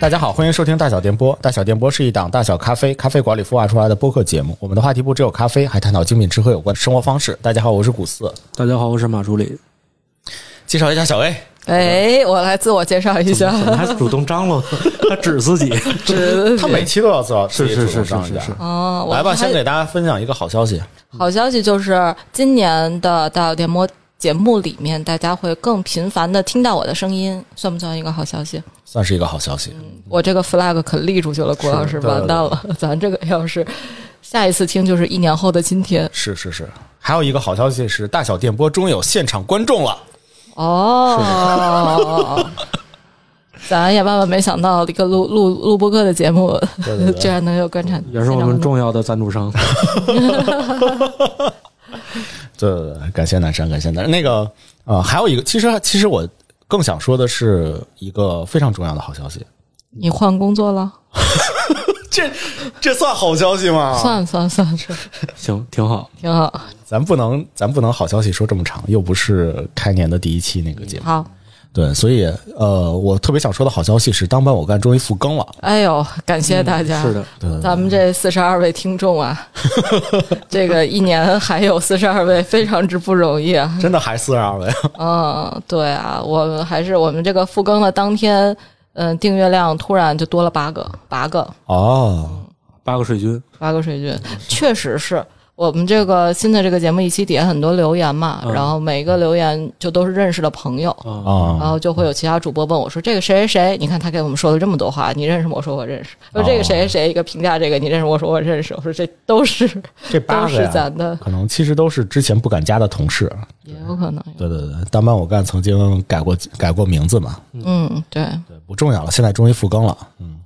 大家好，欢迎收听大小电波。大小电波是一档大小咖啡咖啡馆里孵化出来的播客节目。我们的话题不只有咖啡，还探讨精品吃喝有关的生活方式。大家好，我是古四，大家好，我是马助理。介绍一下小 A。哎，我来自我介绍一下，你还主动张罗，他指自己。指他每期都要自我自己主动上一下是是是是嗯，我来吧，还先给大家分享一个好消息。好消息就是今年的大小电波节目里面，大家会更频繁的听到我的声音，算不算一个好消息？算是一个好消息，我这个 flag 可立出去了，郭老师嗯是对完蛋了，咱这个要是下一次听就是一年后的今天是是是。还有一个好消息是，大小电波终于有现场观众了。哦。咱也万万没想到，一个录录录播客的节目，对对对 居然能有观察，也是我们重要的赞助商，对对对，感谢南山，感谢南山。那个呃，还有一个，其实其实我更想说的是一个非常重要的好消息。你换工作了？这这算好消息吗？算算算是 行，挺好。挺好。咱不能，咱不能好消息说这么长，又不是开年的第一期那个节目。好，对，所以呃，我特别想说的好消息是，当班我干终于复更了。哎呦，感谢大家。嗯是的，咱们这四十二位听 众啊，这个一年还有四十二位，非常之不容 易啊。真的还四十二位，嗯，对啊，我们还是我们这个复更的当天，嗯，订阅量突然就多了八个，八个，哦，八个水军，八个水军，嗯确实是。我们这个新的这个节目一期底下很多留言嘛，嗯然后每一个留言就都是认识的朋友，然啊、后就会有其他主播问我说：“这个谁谁谁，你看他给我们说了这么多话，你认识吗？”我说：“我认识。”说：“这个谁谁谁，一个评价这个，你认识？”我说：“我认识。”我说：“这都是这八都个是呀咱的，可能其实都是之前不敢加的同事。也有可能。对对对，当班我干曾经改过改过名字嘛，”嗯，对，对，不重要了，现在终于复更了。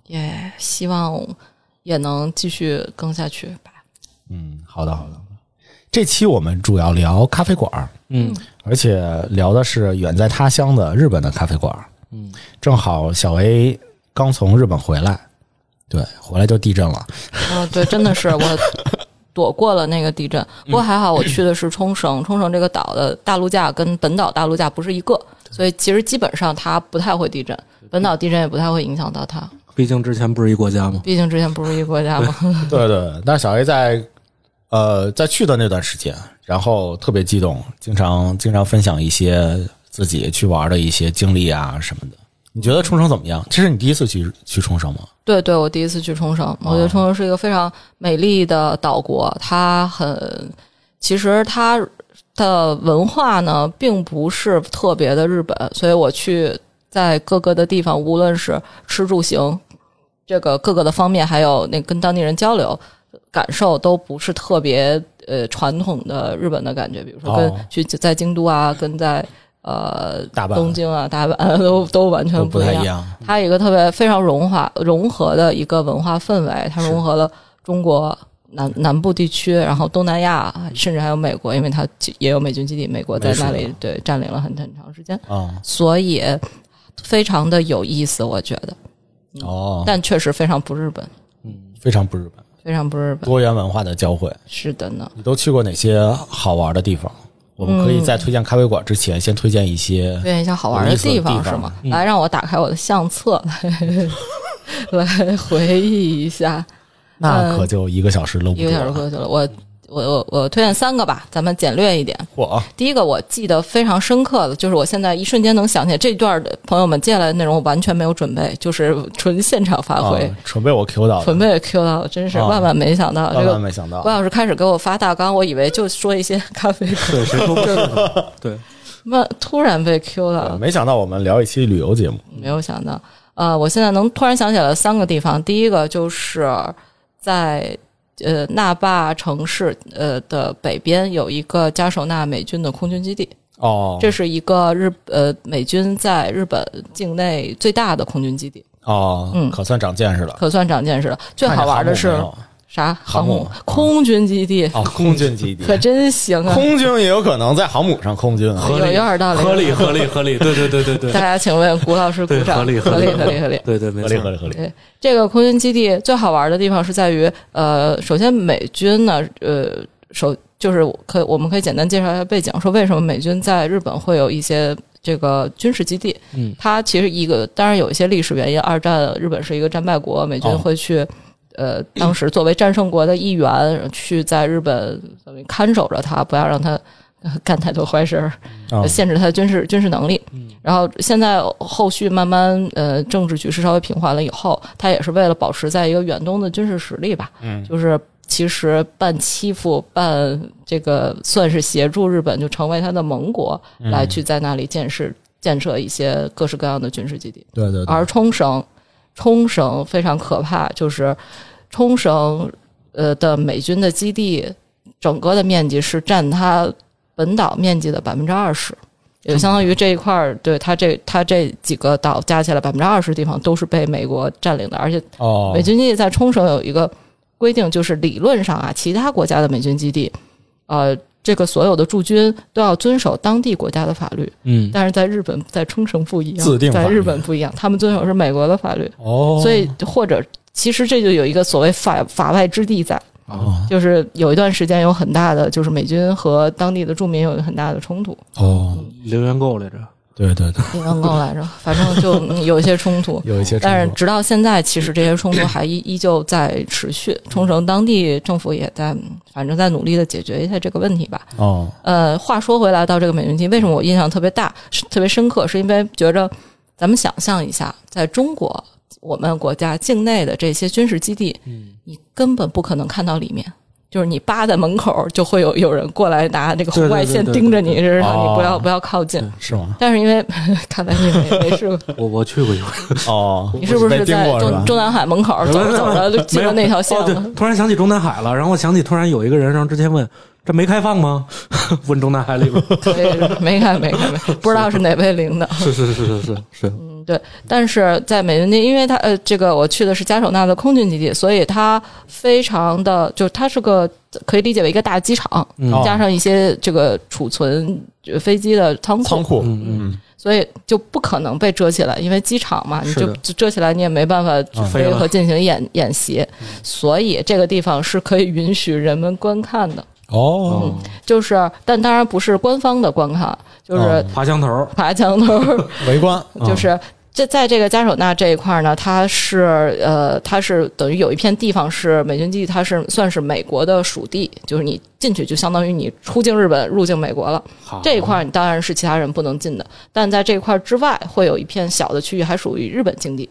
也希望也能继续更下去吧。嗯，好的好的。这期我们主要聊咖啡馆儿，嗯而且聊的是远在他乡的日本的咖啡馆。嗯，正好小 A 刚从日本回来，对，回来就地震 了。嗯，对，真的是我躲过了那个地震，不过还好我去的是冲绳，冲绳这个岛的大陆架跟本岛大陆架不是一个，所以其实基本上它不太会地震，本岛地震也不太会影响到它，毕竟之前不是一国家嘛。毕竟之前不是一个国家嘛。对对，但小 A 在呃在去的那段时间，然后特别激动，经常经常分享一些自己去玩的一些经历啊什么的。你觉得冲绳怎么样？这是你第一次去去冲绳吗？对对，我第一次去冲绳，我觉哦得冲绳是一个非常美丽的岛国，它很，其实它的文化呢，并不是特别的日本，所以我去在各个的地方，无论是吃住行，这个各个的方面，还有那跟当地人交流，感受都不是特别呃传统的日本的感觉，比如说跟、哦去在京都啊，跟在呃大阪东京啊、大阪 都都完全都不一太样一。样。它有一个特别非常融化融合的一个文化氛围，它融合了中国南南部地区，然后东南亚，嗯甚至还有美国，因为它也有美军基地，美国在那美式里对占领了很很长时间，嗯，所以非常的有意思，我觉得，哦，但确实非常不日本，非常不日本，非常不日本，多元文化的交汇。是的呢。你都去过哪些好玩的地方？我们可以在推荐咖啡馆之前，先推荐一些推荐一下好玩的地嗯有意方思的地是方嗯吗？来，让我打开我的相册来 来回忆一下。那可就一个小时搂不一住个小时了。过去了，我我我我推荐三个吧，咱们简略一点。我第一个我记得非常深刻的，就是我现在一瞬间能想起来这段的朋友们接下来的内容，我完全没有准备，就是纯现场发挥，啊，纯被我 Q 到纯了，被 Q 到，真是啊万万没想到、这万万个。没想到郭。老师开始给我发大纲，我以为就说一些咖啡 馆， 对，谁说不是呢？ 对，那突然被 Q 到对了，没想到我们聊一期旅游节目，没有想到。呃，我现在能突然想起来三个地方，第一个就是在呃那霸城市呃的北边有一个加首纳美军的空军基地，哦这是一个日呃美军在日本境内最大的空军基地，哦，嗯可算长见识了。可算长见识了。最好玩的是看见航母啥？航航母母空军基地没有哦，空军基地，可真行啊！空军也有可能在航母上空军啊。合有理，有点道理合理，合理，合 理。对对对对对，大家请问谷老师鼓对，掌，合理，合理，合理合理。对对，没合理合错。理合理，对，这个空军基地最好玩的地方是在于，呃，首先美军呢，呃，首就是可我们可以简单介绍一下背景，说为什么美军在日本会有一些这个军事基地。嗯它其实一个当然有一些历史原因，二战日本是一个战败国，美军哦会去。呃，当时作为战胜国的一员，去在日本等于看守着他，不要让他呃干太多坏事儿，啊呃嗯限制他的军事军事能力。然后现在后续慢慢呃政治局势稍微平缓了以后，他也是为了保持在一个远东的军事实力吧，嗯就是其实半欺负半这个算是协助日本就成为他的盟国，嗯来去在那里建设建设一些各式各样的军事基地。对对对，而冲绳，冲绳非常可怕，就是冲绳呃的美军的基地，整个的面积是占它本岛面积的百分之二十，也相当于这一块儿，对它这它这几个岛加起来百分之二十地方都是被美国占领的，而且哦，美军基地在冲绳有一个规定，就是理论上啊，其他国家的美军基地，呃。这个所有的驻军都要遵守当地国家的法律，嗯，但是在日本，在冲绳不一样，自定法律在日本不一样，他们遵守是美国的法律，哦，所以或者其实这就有一个所谓法法外之地在，哦就是有一段时间有很大的，就是美军和当地的住民有很大的冲突，哦，留言够来着，对对对，英文 够来着，反正就嗯有一些冲突。有一些冲突，但是直到现在，其实这些冲嗯突还依依旧在持续。冲绳当地政府也在，嗯反正在努力的解决一下这个问题吧。哦，呃，话说回来，到这个美军基地，为什么我印象特别大、是特别深刻？是因为觉着咱们想象一下，在中国我们国家境内的这些军事基地，嗯，你根本不可能看到里面。就是你扒在门口，就会有有人过来拿这个红外线对对对对啊盯着你，这是让哦你不要不要靠近对。是吗？但是因为 看来你没没试过，我我去 过一回，哦，你是不被是盯在过是吧中？中南海门口走着走着就进了那条线哦，了对，？突然想起中南海了，然后我想起突然有一个人，然后之前问这没开放吗？ 问中南海里边， 所以没看没看没看，不知道是哪位领导。是是是是是是，对，但是在美军基地，因为它呃，这个我去的是加首纳的空军基地，所以它非常的，就它是个可以理解为一个大机场，嗯哦加上一些这个储存呃飞机的仓库，仓库，嗯嗯，所以就不可能被遮起来，因为机场嘛，你是的就就遮起来，你也没办法呃啊飞飞了和进行演演习，所以这个地方是可以允许人们观看的，哦，嗯哦，就是，但当然不是官方的观看，就是哦爬墙头，爬墙头儿。围观 就是这在这个加首纳这一块儿呢，它是呃，它是等于有一片地方是美军基地，它是算是美国的属地，就是你进去就相当于你出境日本、入境美国了。好这一块儿你当然是其他人不能进的，但在这一块儿之外，会有一片小的区域还属于日本境地。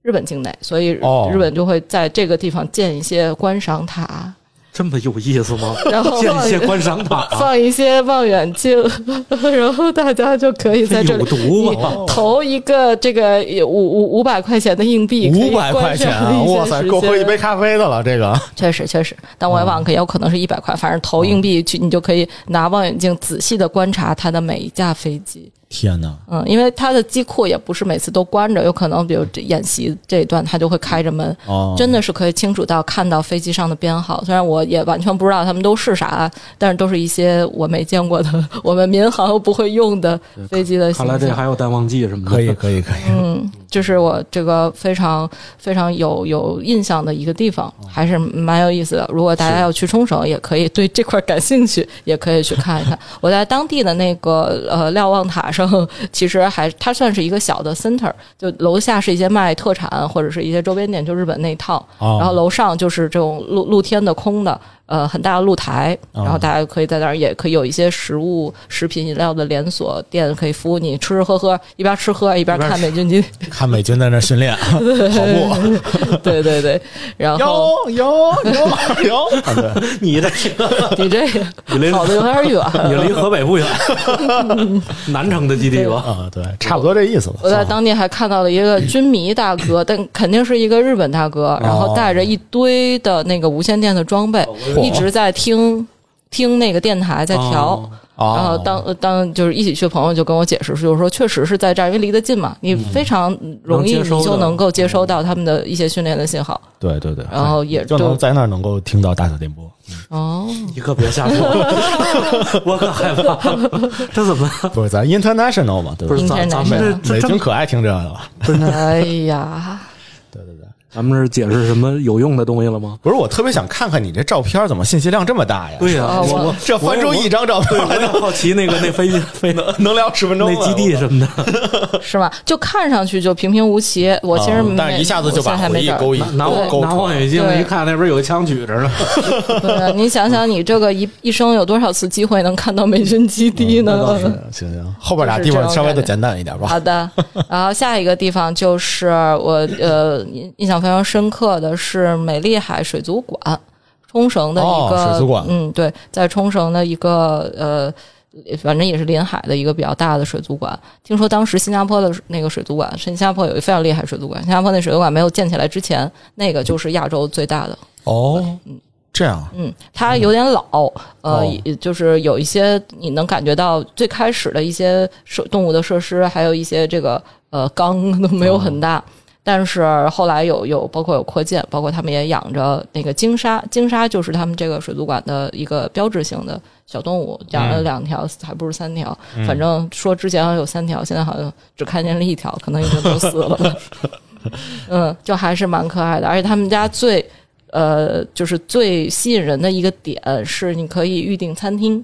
日本境内，所以哦日本就会在这个地方建一些观赏塔，这么有意思吗？然后建一放些观赏塔，放一些望远镜， 然后大家就可以在这有里毒你吧？投一个这个五五五百块钱的硬币，五百块钱啊，可以哇观塞，赏一些够喝嗯一时间杯咖啡的了。这个确实确实，但我也忘了，有可能是一百块，反正投硬币嗯去，你就可以拿望远镜仔细的观察它的每一架飞机。天哪，嗯，因为它的机库也不是每次都关着，有可能比如这演习这一段，它就会开着门。哦，真的是可以清楚到看到飞机上的编号，虽然我也完全不知道他们都是啥，但是都是一些我没见过的， 我们民航不会用的飞机的看形来这象。还有淡旺季什么的，可以，可以，可以。嗯，这是我这个非常非常有有印象的一个地方，哦还是蛮有意思的。如果大家要去冲绳，也可以对这块感兴趣，也可以去看一 看。我在当地的那个呃瞭望塔上， 其实还它算是一个小的 center，就楼下是一些卖特产或者是一些周边店，就日本那一套。然然后楼上就是这种露露天的空的，呃，很大的露台，哦然后大家可以在那儿，也可以有一些食物、食品、饮料的连锁店可以服务你，吃吃喝喝，一边吃喝一边看美军 机，看美军在那 训练跑步，对对对。然后有有有 有，啊对你这 你这个你离跑的有点 你远，离河北不远，南城的基地吧？啊，对，差不多这意思吧。我在当地还看到了一个军迷大 哥，但肯定是一个日本大哥，然后带着一堆的那个无线电的装备，一直在听听那个电台在调。哦然后啊，当呃当就是一起去的朋友就跟我解释，就是说确实是在这儿，因为离得近嘛，嗯你非常容易能接收你就的能够接收到他们的一些训练的信号，对对对，然后也就能就在那儿能够听到大小电 波，哦， 你可别瞎说，我可害怕了，这怎么不是咱 international 嘛，对不吧是？应咱该咱是们美这美这这军可爱听这个了，哎呀，对对对，咱们是解释什么有用的东西了吗？不是，我特别想看看你这照片怎么信息量这么大呀？对呀、啊我我这翻出一张照片我来也好奇那个那飞机飞的能聊十分钟那了，基地什么的，是吧？就看上去就平平无奇，我其实嗯没、但是一下子就把我现在还回没忆准儿勾引拿勾望勾拿出望来。远镜对一看，那边有个枪举着呢，对，啊你想想，你这个一一生有多少次机会能看到美军基地呢？嗯行行，后边俩地方稍微的简单一点吧。好的，然后下一个地方就是我呃印印象非常深刻的是美丽海水族馆，冲绳的一个、哦水族馆嗯，对，在冲绳的一个呃，反正也是临海的一个比较大的水族馆。听说当时新加坡的那个水族馆，新加坡有一个非常厉害的水族馆，新加坡那水族馆没有建起来之前，那个就是亚洲最大的。哦，这样嗯，它有点老，呃，哦也就是有一些你能感觉到最开始的一些设动物的设施，还有一些这个呃缸都没有很哦大，但是后来有有包括有扩建，包括他们也养着那个鲸鲨，鲸鲨就是他们这个水族馆的一个标志性的小动物，养了嗯两条、还不是三条，反正说之前好像有三条，现在好像只看见了一条，可能已经都死了 吧。嗯，就还是蛮可爱的，而且他们家最呃，就是最吸引人的一个点是，你可以预定餐厅，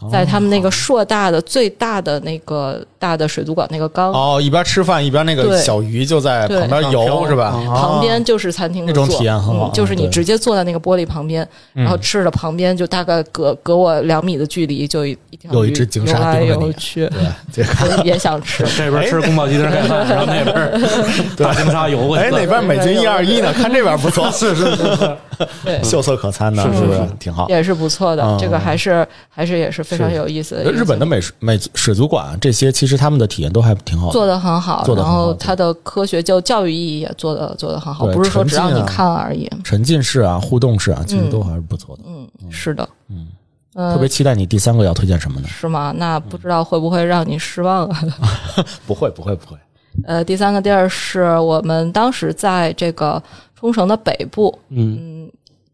哦在他们那个硕大的、最大的那个大的水族馆那个缸、哦，一边吃饭一边那个嗯对小鱼就在对旁边游嗯是吧？啊旁边就是餐厅的那种座体验很好嗯就是你对嗯直接坐在那个玻璃旁边，然后吃的旁边就大概隔隔我两米的距离就一一条有一鱼只鲸鲨游来盯着你游去，这个我也想吃。这边吃宫保鸡丁盖饭，然后那边大金鲨游过去哎，了，哪边美军一二一呢？看这边不错， 是是是， 对秀色可餐呢，是是不是是挺好？也是不错的，嗯这个还是还是也是非常是有意思的一个呃日本的美术美水族馆这些，其实他们的体验都还挺好的。做的很好，做得然很好后对它的科学教教育意义也做的做的很好，对不是说只让沉你浸啊看而已。沉浸式啊，互动式啊，其实嗯都还是不错的。嗯，是的，嗯呃，特别嗯期待你第三个要推荐什么呢？是吗？那不知道会不会让你失望啊？ 不会，不会，不会。呃，第三个地儿是我们当时在这个冲绳的北部，嗯，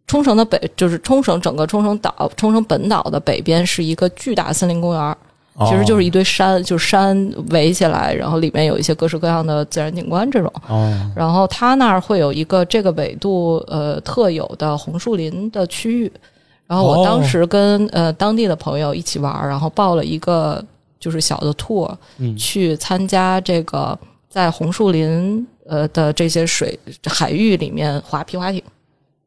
冲绳的北就是冲绳整个冲绳岛、冲绳本岛的北边是一个巨大森林公园儿，哦其实就是一堆山，就是山围起来，然后里面有一些各式各样的自然景观这种。哦，然后它那儿会有一个这个纬度呃特有的红树林的区域。然后哦我当时跟、呃当地的朋友一起玩儿，然后报了一个就是小的 tour，、嗯去参加这个在红树林呃的这些水海域里面划皮划艇。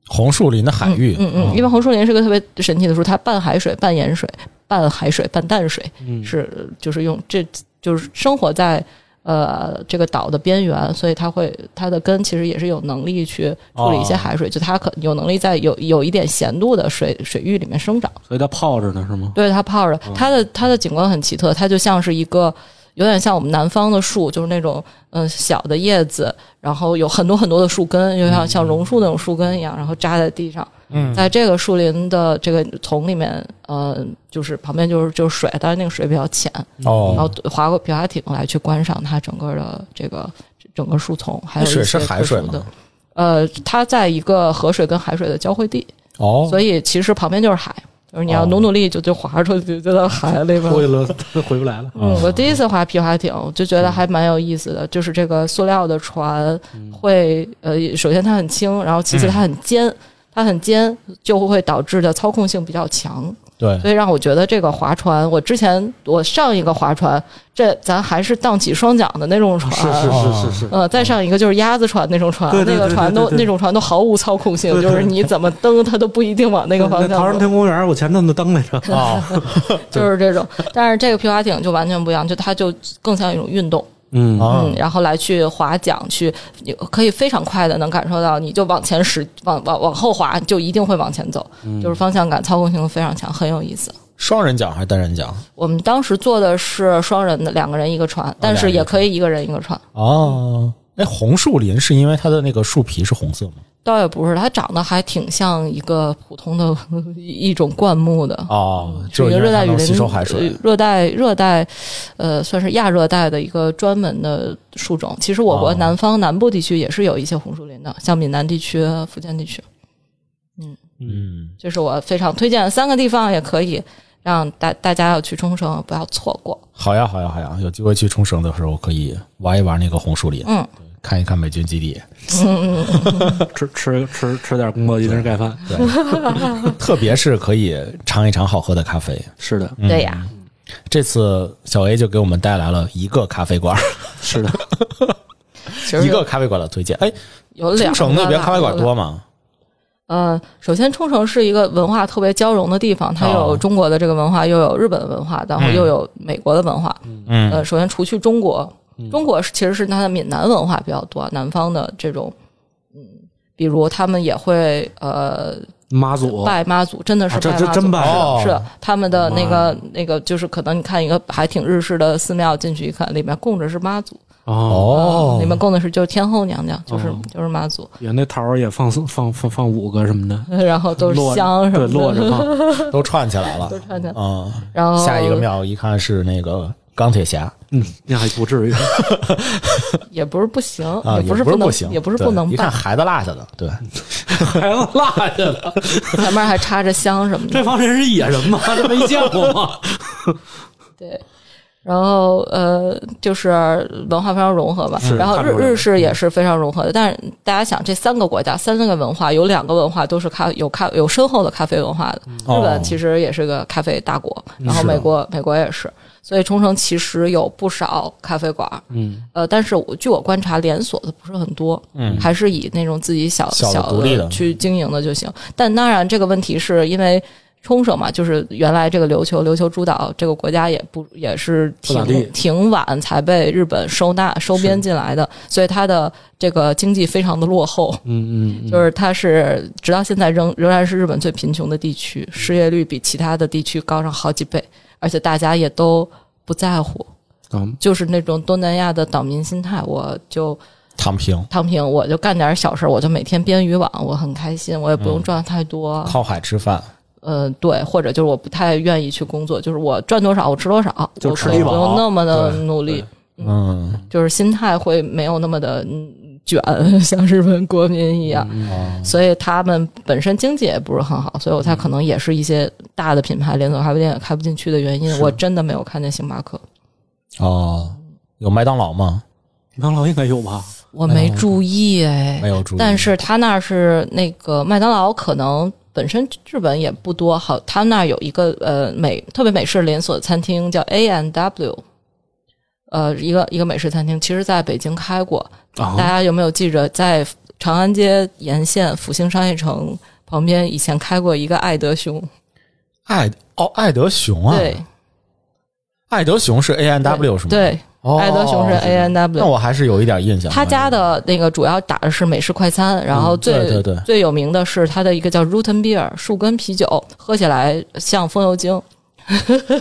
红树林的海域，哦嗯嗯，因为红树林是个特别神奇的树，它半海水、半盐水、半海水、半淡水，嗯是就是用这就是生活在呃这个岛的边缘，所以它会它的根其实也是有能力去处理一些哦海水，就它可有能力在有有一点咸度的水水域里面生长。所以它泡着呢是 吗？对它泡着，它的它的景观很奇特，它就像是一个有点像我们南方的树，就是那种嗯、呃小的叶子，然后有很多很多的树根，就像像榕树那种树根一样，然后扎在地上。嗯在这个树林的这个丛里面，呃，就是旁边就是就是水，当然那个水比较浅，然后哦，划过皮划艇来去观赏它整个的这个整个树丛，还有那水一些是海水特殊的吗？呃，它在一个河水跟海水的交汇地，哦，所以其实旁边就是海，就是你要哦努努力就就划出去就到海里边。回了回不来了，嗯，我第一次划皮划艇，我就嗯觉得还蛮有意思的。就是这个塑料的船会，呃，首先它很轻，然后其次嗯它很尖，它很尖就会导致的操控性比较强。对，所以让我觉得这个划船，我之前我上一个划船，这咱还是荡起双桨的那种船。是是是是，呃，再上一个就是鸭子船那种船，对对对那个对船都对对那种船都毫无操控性，对对就是你怎么蹬它都不一定往那个方那向走。唐人天公园，我前阵子登来着，哦，就是 这种。但是这个皮划艇就完全不一样，就它就更像一种运动，嗯哦嗯，，然后来去划桨去，你可以非常快的能感受到，你就往前使，往往往后滑，就一定会往前走，嗯就是方向感、操控性非常强，很有意思。双人桨还是单人桨？我们当时坐的是双人的，两个人一个船，但是也可以一个人一个船，哦，哎，红树林是因为它的那个树皮是红色吗？倒也不是，它长得还挺像一个普通的一种灌木的。哦，嗯是就一是个因为热它带雨能林，吸收海水呃。热带热带，呃，算是亚热带的一个专门的树种。其实我国哦南方、南部地区也是有一些红树林的，像闽南地区、福建地区，嗯，这是我非常推荐的三个地方，也可以让大大家要去冲绳不要错过。好呀，好呀，好呀！有机会去冲绳的时候可以玩一玩那个红树林。嗯，看一看美军基地，吃吃吃吃点宫保鸡丁盖饭，特别是可以尝一尝好喝的咖啡。是的，嗯对呀，这次小 A 就给我们带来了一个咖啡馆，是的，其 实一个咖啡馆的推荐。哎，有两冲个绳那边吧咖啡馆。有多两吗？呃，首先冲绳是一个文化特别交融的地方，它哦有中国的这个文化，又有日本文化，然后嗯又有美国的文化。嗯呃，首先除去中国，嗯中国是其实是它的闽南文化比较多，南方的这种，嗯，比如他们也会呃妈祖拜妈祖，真的是啊这拜这妈祖。真拜哦是他们的那妈个那个，就是可能你看一个还挺日式的寺庙，进去一看，里面供着是妈祖，哦，哦啊里面供的是就是天后娘娘，就是哦就是妈祖， 也那桃儿也放放放放五个什么的，然后都是落香什对哦落么着的，放，嗯都串起来了。看见嗯，然后下一个庙一看是那个钢铁侠嗯，那还不至于，也不是不行，啊，也不不是不能，行，也不是对不能一看办，孩子落下的，对， 还要落下了， 前面还插着香什么的这。帮人是野人吗？这没见过吗？ 对，然后呃，就是文化非常融合吧是。然后看日出来了日式嗯也是非常融合的，但是大家想，这三个国家三个文化，有两个文化都是咖有咖有深厚的咖啡文化的。日哦本其实也是个咖啡大国，然后是的美国美国也是。所以冲绳其实有不少咖啡馆，嗯，呃，但是我据我观察，连锁的不是很多，嗯还是以那种自己小小的小独立的去经营的就行。但当然，这个问题是因为冲绳嘛，就是原来这个琉球琉球诸岛这个国家也不也是不咋地挺挺晚才被日本收纳收编进来的，所以它的这个经济非常的落后。嗯嗯， 就是它是直到现在仍仍然是日本最贫穷的地区，失业率比其他的地区高上好几倍，而且大家也都不在乎，嗯，就是那种东南亚的岛民心态，我就躺平，躺平，我就干点小事，我就每天编渔网，我很开心，我也不用赚太多。靠海吃饭，嗯、对，或者就是我不太愿意去工作，就是我赚多少我吃多少，就我吃可以一不饱用那么的对努力，嗯，就是心态会没有那么的嗯卷，像日本国民一样。哦所以他们本身经济也不是很好，所以我才可能也是一些大的品牌连锁咖啡店也开不进去的原因。我真的没有看见星巴克，哦，有麦当劳吗？麦当劳应该有吧？我麦当没劳注意哎，没有注意，但是他那儿是那个麦当劳，可能本身日本也不多好，他那儿有一个呃美特别美式连锁餐厅叫 A N W，呃，一个一个美式餐厅，其实在北京开过，啊大家有没有记着，在长安街沿线复兴商业城旁边以前开过一个爱德熊，爱哦，爱德熊啊，对，爱德熊是 A N W 是吗？，对，哦、爱德熊是 A N 那 W。我还是有一点印象。他家的那个主要打的是美式快餐，然后嗯最、对对对最有名的是它的一个叫 Root and Beer 树根啤酒，喝起来像风油精，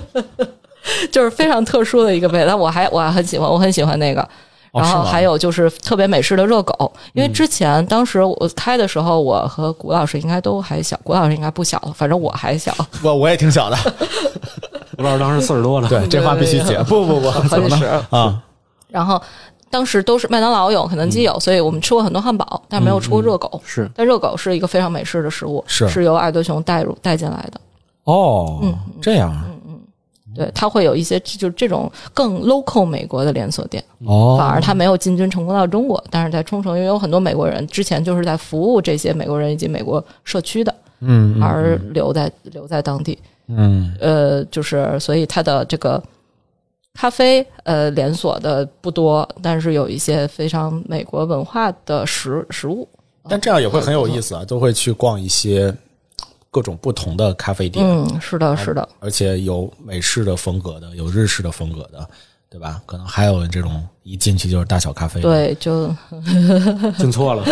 就是非常特殊的一个味道。但我还我还很喜欢，我很喜欢那个。哦然后是吗嗯还有就是特别美式的热狗，因为之前当时我开的时候，我和谷老师应该都还小，谷老师应该不小了，反正我 还小，我我也挺 小的，我老师当时四十多了，对，这话必须解。不不 不，好怎么能几十。啊？然后当时都是麦当劳有，肯德嗯基有，所以我们吃过很多汉堡，但是没有吃过热狗。是但热狗是一个非常美式的食物，是由爱德熊带入带进来的。哦，嗯这样对，它会有一些就是这种更 local 美国的连锁店，哦，反而它没有进军成功到中国，但是在冲绳，因为有很多美国人之前就是在服务这些美国人以及美国社区的，嗯嗯而留在留在当地。嗯呃，就是所以它的这个咖啡呃连锁的不多，但是有一些非常美国文化的食食物。但这样也会很有意思啊，都会去逛一些各种不同的咖啡店，哦嗯，是的，是的，而且有美式的风格的，有日式的风格的，对吧？可能还有这种一进去就是大小咖啡，对，就进错 了，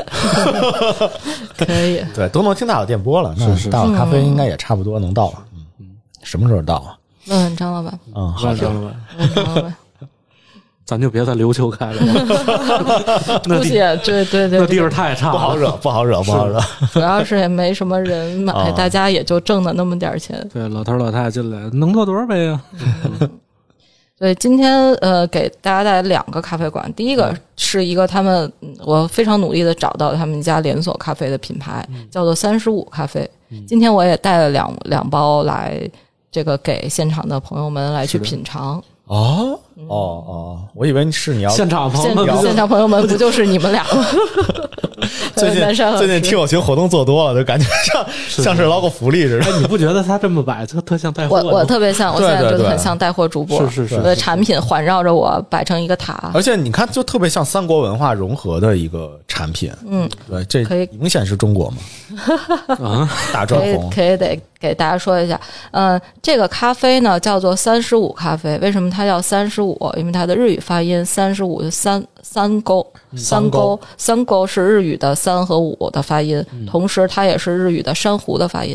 可 以。对，都能听大小电波了，那是是大小咖嗯啡应该也差不多能到了。嗯，什么时候到啊？问问张老板，嗯，好万的，张了，问问张老板，咱就别在琉球开了， 那估计地也对对对那地方对，太差不好了。惹，不好惹，不好惹。主要是也没什么人买啊，大家也就挣的那么点儿钱。对，老头老太太进来，能做多少杯啊？对，今天呃，给大家带来两个咖啡馆。第一个是一个他们，嗯我非常努力的找到他们一家连锁咖啡的品牌，叫做三十五咖啡。今天我也带了两两包来，这个给现场的朋友们来去是的品尝。哦哦哦，我以为是你要现场朋现友们不现就场朋友们不就是你们俩吗？ 最南近山老最近师听友群活动做多了，就感觉像像是捞个福利似的。哎，你不觉得他这么摆特特像带货我的吗？我特别像，我现在对对觉得对很像带货主播，是是是我的产品环绕着我摆成一个塔。而且你看，就特别像三国文化融合的一个产品。嗯，对，这可以明显是中 国嘛，啊，大转可以红。可以得给大家说一下，嗯，这个咖啡呢叫做三十五咖啡，为什么它叫三十五？因为它的日语发音三十五三三勾三勾三勾是日语的三和五的发音，同时它也是日语的珊瑚的发音。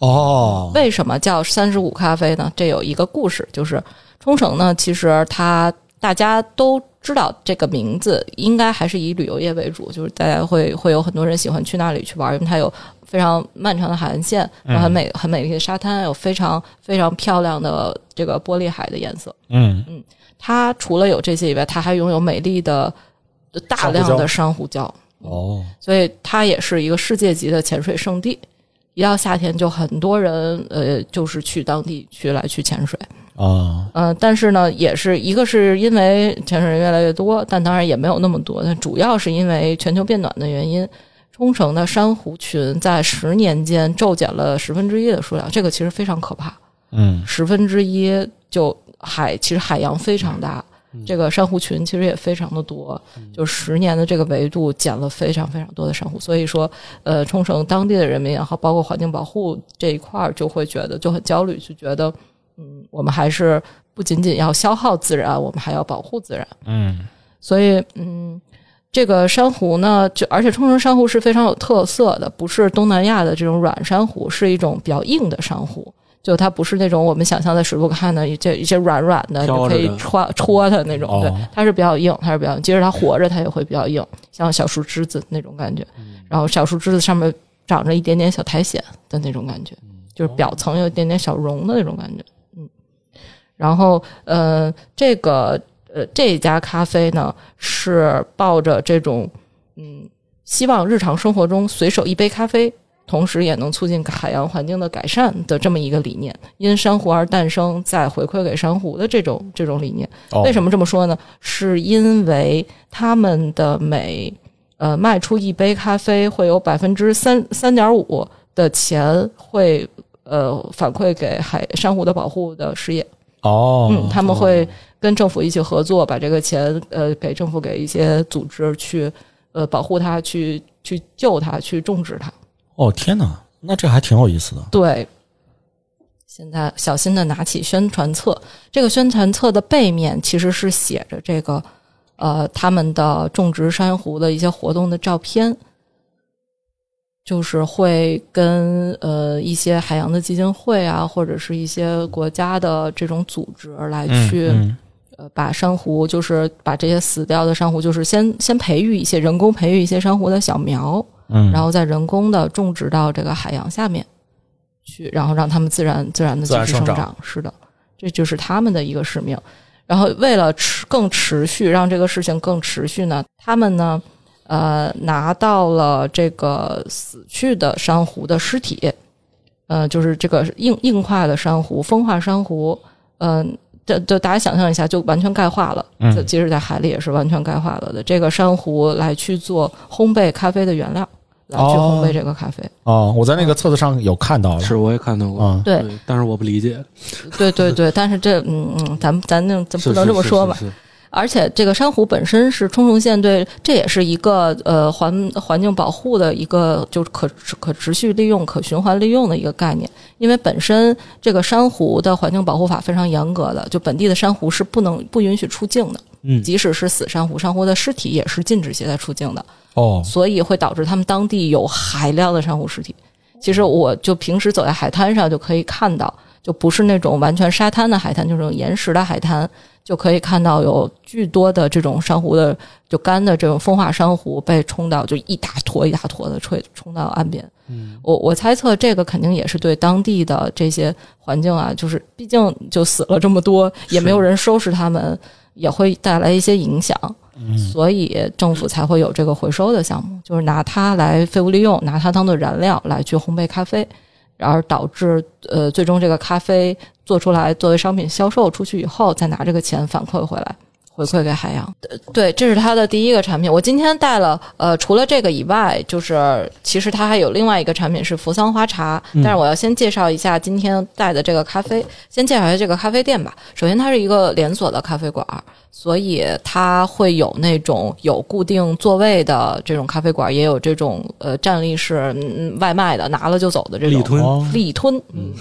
哦，为什么叫三十五咖啡呢？这有一个故事，就是冲绳呢，其实它大家都知道这个名字，应该还是以旅游业为主，就是大家会会有很多人喜欢去那里去玩，因为它有非常漫长的海岸线，然后很美很美丽的沙滩，有非常非常漂亮的这个玻璃海的颜色。嗯，它除了有这些以外，它还拥有美丽的大量的珊瑚礁。哦，所以它也是一个世界级的潜水圣地。一到夏天，就很多人呃，就是去当地去来去潜水。啊，呃，但是呢，也是一个是因为潜水人越来越多，但当然也没有那么多，但主要是因为全球变暖的原因。冲绳的珊瑚群在十年间骤减了十分之一的数量，这个其实非常可怕。嗯，十分之一就海，其实海洋非常大，这个珊瑚群其实也非常的多，就十年的这个维度减了非常非常多的珊瑚，所以说，呃，冲绳当地的人民也好，包括环境保护这一块儿，就会觉得就很焦虑，就觉得，嗯，我们还是不仅仅要消耗自然，我们还要保护自然，嗯，所以，嗯。这个珊瑚呢，就而且冲绳珊瑚是非常有特色的，不是东南亚的这种软珊瑚，是一种比较硬的珊瑚。就它不是那种我们想象在水族看的一些一些软软的，飘就着可的以戳戳它那种。对哦，它是比较硬，它是比较硬，即使它活着，它也会比较硬，像小树枝子那种感觉。嗯然后小树枝子上面长着一点点小苔藓的那种感觉，嗯就是表层有一点点小绒的那种感觉。嗯，然后呃，这个呃这家咖啡呢是抱着这种嗯希望日常生活中随手一杯咖啡。同时也能促进海洋环境的改善的这么一个理念，因珊瑚而诞生，再回馈给珊瑚的这种这种理念，哦为什么这么说呢？是因为他们的每呃卖出一杯咖啡会有百分之三三点五的钱会呃反馈给海珊瑚的保护的事业。哦，嗯，他们会跟政府一起合作，把这个钱呃给政府给一些组织去呃保护它，去去救它，去种植它。哦，天哪，那这还挺有意思的。对，现在小心的拿起宣传册，这个宣传册的背面其实是写着这个呃他们的种植珊瑚的一些活动的照片，就是会跟呃一些海洋的基金会啊，或者是一些国家的这种组织来去、嗯呃，把珊瑚就是把这些死掉的珊瑚，就是先先培育一些人工培育一些珊瑚的小苗，嗯，然后再人工的种植到这个海洋下面去，然后让它们自然自然的继自然续生长。长是的，这就是他们的一个使命。然后为了持更持续，让这个事情更持续呢，他们呢，呃，拿到了这个死去的珊瑚的尸体，呃，就是这个硬硬化的珊瑚、风化珊瑚，嗯、这就大家想象一下，就完全钙化了。嗯就即使在海里也是完全钙化了的。这个珊瑚来去做烘焙咖啡的原料，来去烘哦焙这个咖啡。哦，我在那个册子上有看到了。是我也看到过，啊，对，但是我不理解，对对对，但是这嗯嗯，咱咱那咱不能这么说吧。是？是是而且这个珊瑚本身是冲绳县对，这也是一个呃环环境保护的一个就是可可持续利用、可循环利用的一个概念。因为本身这个珊瑚的环境保护法非常严格的，就本地的珊瑚是不能不允许出境的，嗯即使是死珊瑚，珊瑚的尸体也是禁止携带出境的。哦，所以会导致他们当地有海量的珊瑚尸体。其实我就平时走在海滩上就可以看到，就不是那种完全沙滩的海滩，就是那种岩石的海滩，就可以看到有巨多的这种珊瑚的就干的这种风化珊瑚被冲到，就一大坨一大坨的吹冲到岸边。嗯，我我猜测这个肯定也是对当地的这些环境啊，就是毕竟就死了这么多，也没有人收拾他们，也会带来一些影响。所以政府才会有这个回收的项目，就是拿它来废物利用，拿它当做燃料来去烘焙咖啡。而导致呃最终这个咖啡做出来作为商品销售出去以后，再拿这个钱反馈回来。回馈给海洋，呃对，这是它的第一个产品。我今天带了，呃，除了这个以外，就是其实它还有另外一个产品是扶桑花茶，但是我要先介绍一下今天带的这个咖啡，先介绍一下这个咖啡店吧。首先，它是一个连锁的咖啡馆儿，所以它会有那种有固定座位的这种咖啡馆儿，也有这种呃站立式嗯外卖的，拿了就走的这种立吞哦立吞，嗯。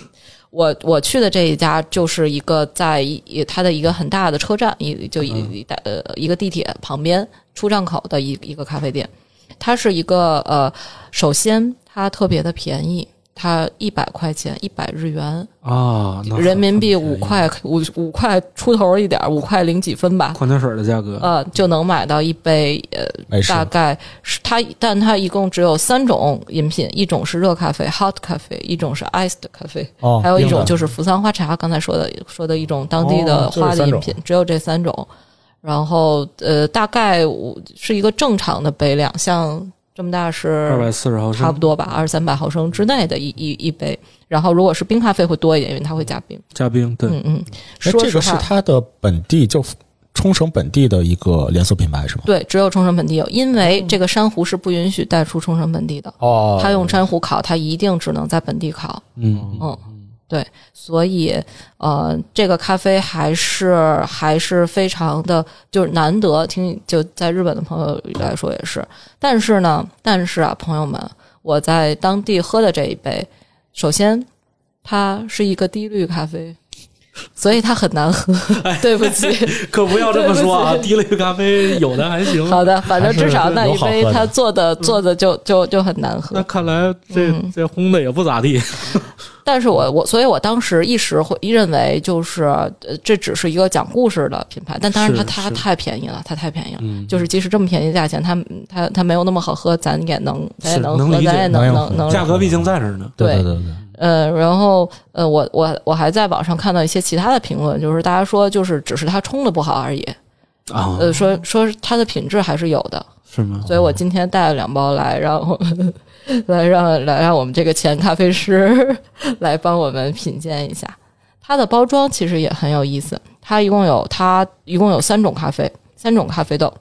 我我去的这一家就是一个在一它的一个很大的车站，一就一嗯一大呃一个地铁旁边出站口的一一个咖啡店，它是一个呃，首先它特别的便宜，它一百块钱一百日元，啊，那人民币很便宜五，块五五块出头一点儿，五块零几分吧，矿泉水的价格，呃就能买到一杯呃美式大概是它，但它一共只有三种饮品，一种是热咖啡 （hot 咖啡），一种是 iced 咖啡，哦，还有一冰种的就是扶桑花茶，刚才说的说的一种当地哦的就是花的三饮种品，只有这三种。然后呃，大概我是一个正常的杯量，像这么大二百是四十毫差不升，多吧，二三百毫升之内的一一一杯。然后如果是冰咖啡会多一点，因为它会加冰。加冰，对，嗯嗯，哎说这实个是话，它的本地就冲绳本地的一个连锁品牌是吗？对，只有冲绳本地有，因嗯为这个珊瑚是不允许带出冲绳本地的。哦它用珊瑚烤，它一定只能在本地烤。嗯，嗯，对，所以呃，这个咖啡还是还是非常的，就是难得听，就在日本的朋友来说也是。但是呢，但是啊，朋友们，我在当地喝的这一杯，首先它是一个低滤咖啡，所以它很难喝。哎对不 起，可不要这么说啊，对不滴了一个咖啡，有的还行。好的，反正至少那一还是杯有好喝的嗯它做的做的就就就很难喝那。看来这嗯这烘的也不咋地，但是我我所以，我当时一时会认为就是呃，这只是一个讲故事的品牌，但当然是它它是太便宜了，它太便宜了。嗯就是即使这么便宜的价钱，它它它没有那么好喝，咱也能咱也是能能喝，理解咱也能有能能能价格毕竟在这儿呢。对对对对，呃，然后呃，我我我还在网上看到一些其他的评论，就是大家说就是只是它冲的不好而已，啊，呃，说说它的品质还是有的，是吗？所以我今天带了两包来，让我来让来让我们这个前咖啡师 来帮我们品鉴一下。它的包装其实也很有意思，它一共有它一共有三种咖啡，三种咖啡豆，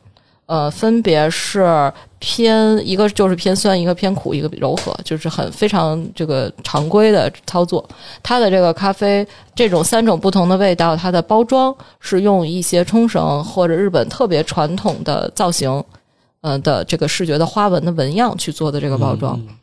呃，分别是偏一个就是偏酸，一个偏苦，一个柔和，就是很非常这个常规的操作。它的这个咖啡这种三种不同的味道，它的包装是用一些冲绳或者日本特别传统的造型，呃的这个视觉的花纹的纹样去做的这个包装。嗯嗯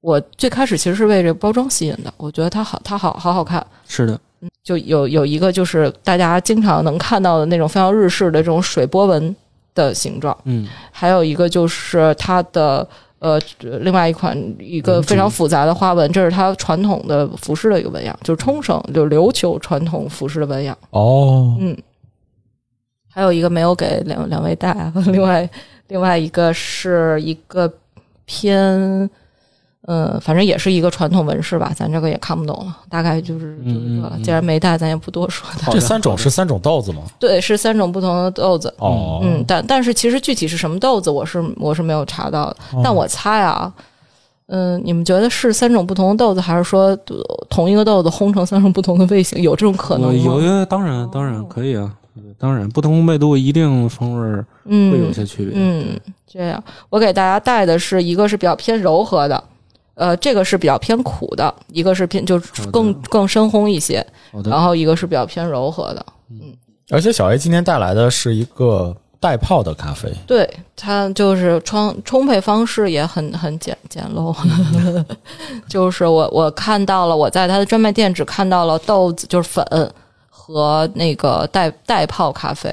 我最开始其实是为这个包装吸引的，我觉得它好，它好好好看。是的，就有有一个就是大家经常能看到的那种非常日式的这种水波纹的形状，嗯，还有一个就是它的呃另外一款一个非常复杂的花纹，这是它传统的服饰的一个纹样，就是冲绳就是琉球传统服饰的纹样。哦，嗯，还有一个没有给两两位带啊，另外 另外一个是一个偏。呃，反正也是一个传统纹饰吧，咱这个也看不懂了，大概就是就是这嗯嗯个。嗯既然没带，咱也不多说。好这的三种是三种豆子吗？对，是三种不同的豆子。哦，嗯，但但是其实具体是什么豆子，我是我是没有查到的。哦但我猜啊，嗯、你们觉得是三种不同的豆子，还是说呃同一个豆子烘成三种不同的味型？有这种可能我有吗？有，当然当然可以啊，当然不同味度一定风味儿会有嗯些区别。嗯，这样，我给大家带的是一个是比较偏柔和的，呃，这个是比较偏苦的，一个是偏就是好的更更深烘一些，好然的，后一个是比较偏柔和的。而且小 A 今天带来的是一个带泡的咖啡，对，它就是冲冲配方式也很很简简陋，就是我我看到了，我在它的专卖店只看到了豆子就是粉和那个袋袋泡咖啡，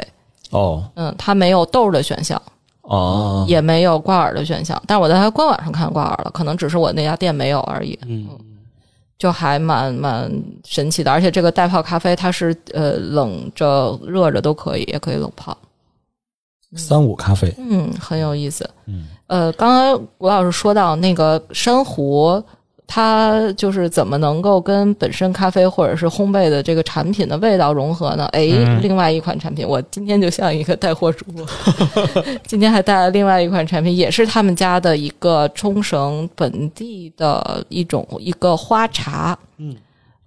哦嗯，它没有豆儿的选项，哦，也没有挂耳的选项，但是我在它官网上看挂耳了，可能只是我那家店没有而已，嗯，就还蛮蛮神奇的，而且这个袋泡咖啡它是呃冷着热着都可以，也可以冷泡，三五咖啡，嗯，很有意思。嗯，呃，刚刚吴老师说到那个珊瑚它就是怎么能够跟本身咖啡或者是烘焙的这个产品的味道融合呢？哎，嗯另外一款产品，我今天就像一个带货主 播，今天还带了另外一款产品，也是他们家的一个冲绳本地的一种一个花茶，嗯。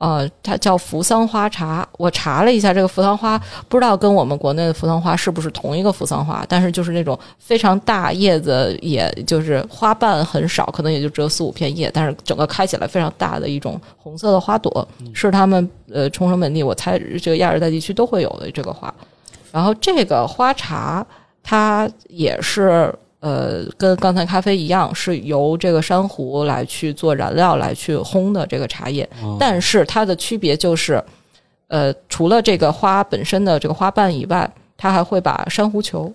呃，它叫扶桑花茶。我查了一下，这个扶桑花不知道跟我们国内的扶桑花是不是同一个扶桑花，但是就是那种非常大叶子，也就是花瓣很少，可能也就只有四五片叶，但是整个开起来非常大的一种红色的花朵，是他们呃冲绳本地，我猜这个亚热带地区都会有的这个花。然后这个花茶它也是呃跟刚才咖啡一样，是由这个珊瑚来去做燃料来去烘的这个茶叶。嗯但是它的区别就是，呃，除了这个花本身的这个花瓣以外，它还会把珊瑚球、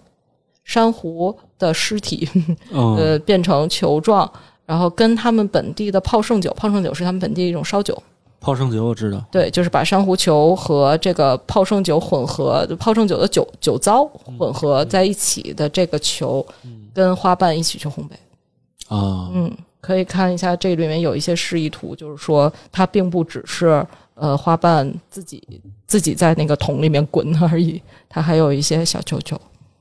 珊瑚的尸体，嗯呃，变成球状，然后跟他们本地的泡盛酒，泡盛酒是他们本地一种烧酒，泡盛酒我知道，对，就是把珊瑚球和这个泡盛酒混合，泡盛酒的酒酒糟混合在一起的这个球，跟花瓣一起去烘焙。啊，嗯，可以看一下这里面有一些示意图，就是说它并不只是呃花瓣自己自己在那个桶里面滚而已，它还有一些小球球。